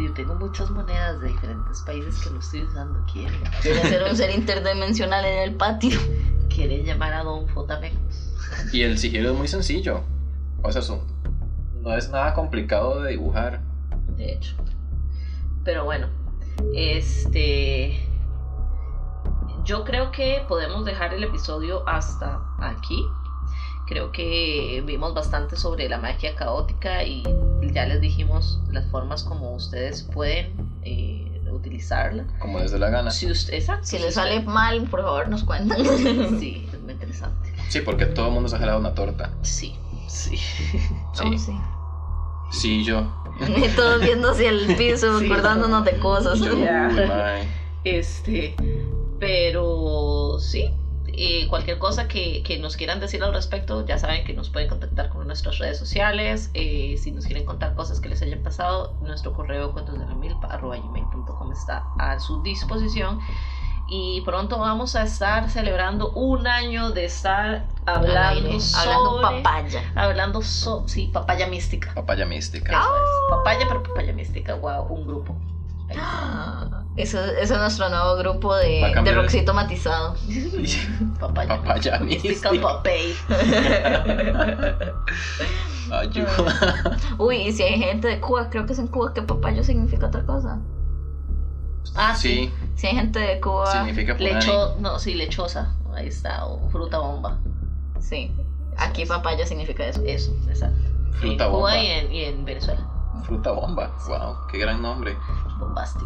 Speaker 3: Yo tengo muchas monedas de diferentes países que no estoy usando. ¿Quieren,
Speaker 1: Quiere ser un ser interdimensional en el patio.
Speaker 3: quieren llamar a Don Fotamecos?
Speaker 2: Y el sigilo es muy sencillo. O sea, son- no es nada complicado de dibujar.
Speaker 3: De hecho. Pero bueno, este. Yo creo que podemos dejar el episodio hasta aquí. Creo que vimos bastante sobre la magia caótica y ya les dijimos las formas como ustedes pueden eh, utilizarla.
Speaker 2: Como les dé la gana.
Speaker 3: Si usted, exacto,
Speaker 1: Si
Speaker 3: si
Speaker 1: le
Speaker 3: usted-
Speaker 1: sale mal, por favor nos cuentan.
Speaker 3: Sí, es muy interesante.
Speaker 2: Sí, porque todo el mundo se ha jalado una torta.
Speaker 3: Sí. Sí.
Speaker 1: Oh,
Speaker 2: Sí,
Speaker 1: sí.
Speaker 2: sí, yo.
Speaker 1: Todos viendo hacia el piso,
Speaker 3: Sí.
Speaker 1: acordándonos de cosas.
Speaker 2: Yo, uy,
Speaker 3: Ya.
Speaker 2: mae.
Speaker 3: Este, pero sí, eh, cualquier cosa que, que nos quieran decir al respecto, ya saben que nos pueden contactar con nuestras redes sociales. eh, si nos quieren contar cosas que les hayan pasado, nuestro correo cuentos de la milpa, arroba gmail.com está a su disposición. Y pronto vamos a estar celebrando un año de estar
Speaker 1: Al
Speaker 3: hablando,
Speaker 1: aire,
Speaker 3: sobre-
Speaker 1: hablando papaya.
Speaker 3: Hablando so- sí, papaya mística.
Speaker 2: Papaya
Speaker 3: Eso
Speaker 1: ¡Ah!
Speaker 2: mística.
Speaker 3: es. Papaya, pero papaya mística, wow, un grupo. Ahí está.
Speaker 1: Ah, Eso, ese es nuestro nuevo grupo
Speaker 2: Va
Speaker 1: de,
Speaker 2: a
Speaker 1: de
Speaker 2: cambiar.
Speaker 1: roxito matizado.
Speaker 3: Papaya.
Speaker 2: Papaya
Speaker 3: mística.
Speaker 2: mística.
Speaker 3: papey.
Speaker 2: Ayuda.
Speaker 1: Uy, y si hay gente de Cuba, creo que es en Cuba que papayo significa otra cosa.
Speaker 3: Ah, sí.
Speaker 2: Sí,
Speaker 1: Si hay gente de Cuba,
Speaker 2: significa punani.
Speaker 3: Lecho, no, sí, lechosa. Ahí está, o fruta bomba.
Speaker 1: sí. Aquí papaya significa eso.
Speaker 3: Eso, exacto.
Speaker 2: Fruta
Speaker 3: en Cuba
Speaker 2: bomba.
Speaker 3: Y, en, y en Venezuela.
Speaker 2: Fruta bomba. Wow, qué gran nombre.
Speaker 3: Bombastic.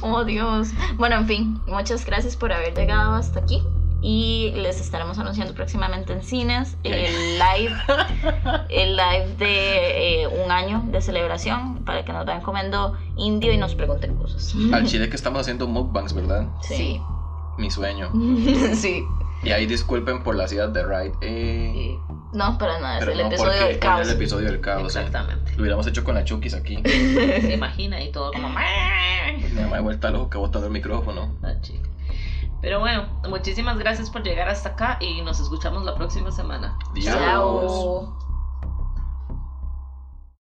Speaker 1: Oh Dios. Bueno, en fin, muchas gracias por haber llegado hasta aquí. Y les estaremos anunciando próximamente en cines el live, el live de eh, un año de celebración para que nos vayan comiendo indio y nos pregunten cosas.
Speaker 2: Al chile que estamos haciendo mukbangs, ¿verdad?
Speaker 1: Sí.
Speaker 2: Mi sueño.
Speaker 1: Sí.
Speaker 2: Y ahí disculpen por la ciudad de Ride. Eh,
Speaker 3: Eh,
Speaker 1: No, para nada, es
Speaker 2: pero
Speaker 1: el
Speaker 2: no
Speaker 1: episodio
Speaker 2: porque
Speaker 1: del
Speaker 2: era
Speaker 1: caos.
Speaker 2: el episodio del caos. eh.
Speaker 3: exactamente.
Speaker 2: Lo hubiéramos hecho con la Chukis aquí.
Speaker 3: Se imagina y todo como. "Meh".
Speaker 2: Me da vuelta loca botando el micrófono.
Speaker 3: Ah, chica. Pero bueno, muchísimas gracias por llegar hasta acá y nos escuchamos la próxima semana.
Speaker 2: Diablos.
Speaker 1: Chao.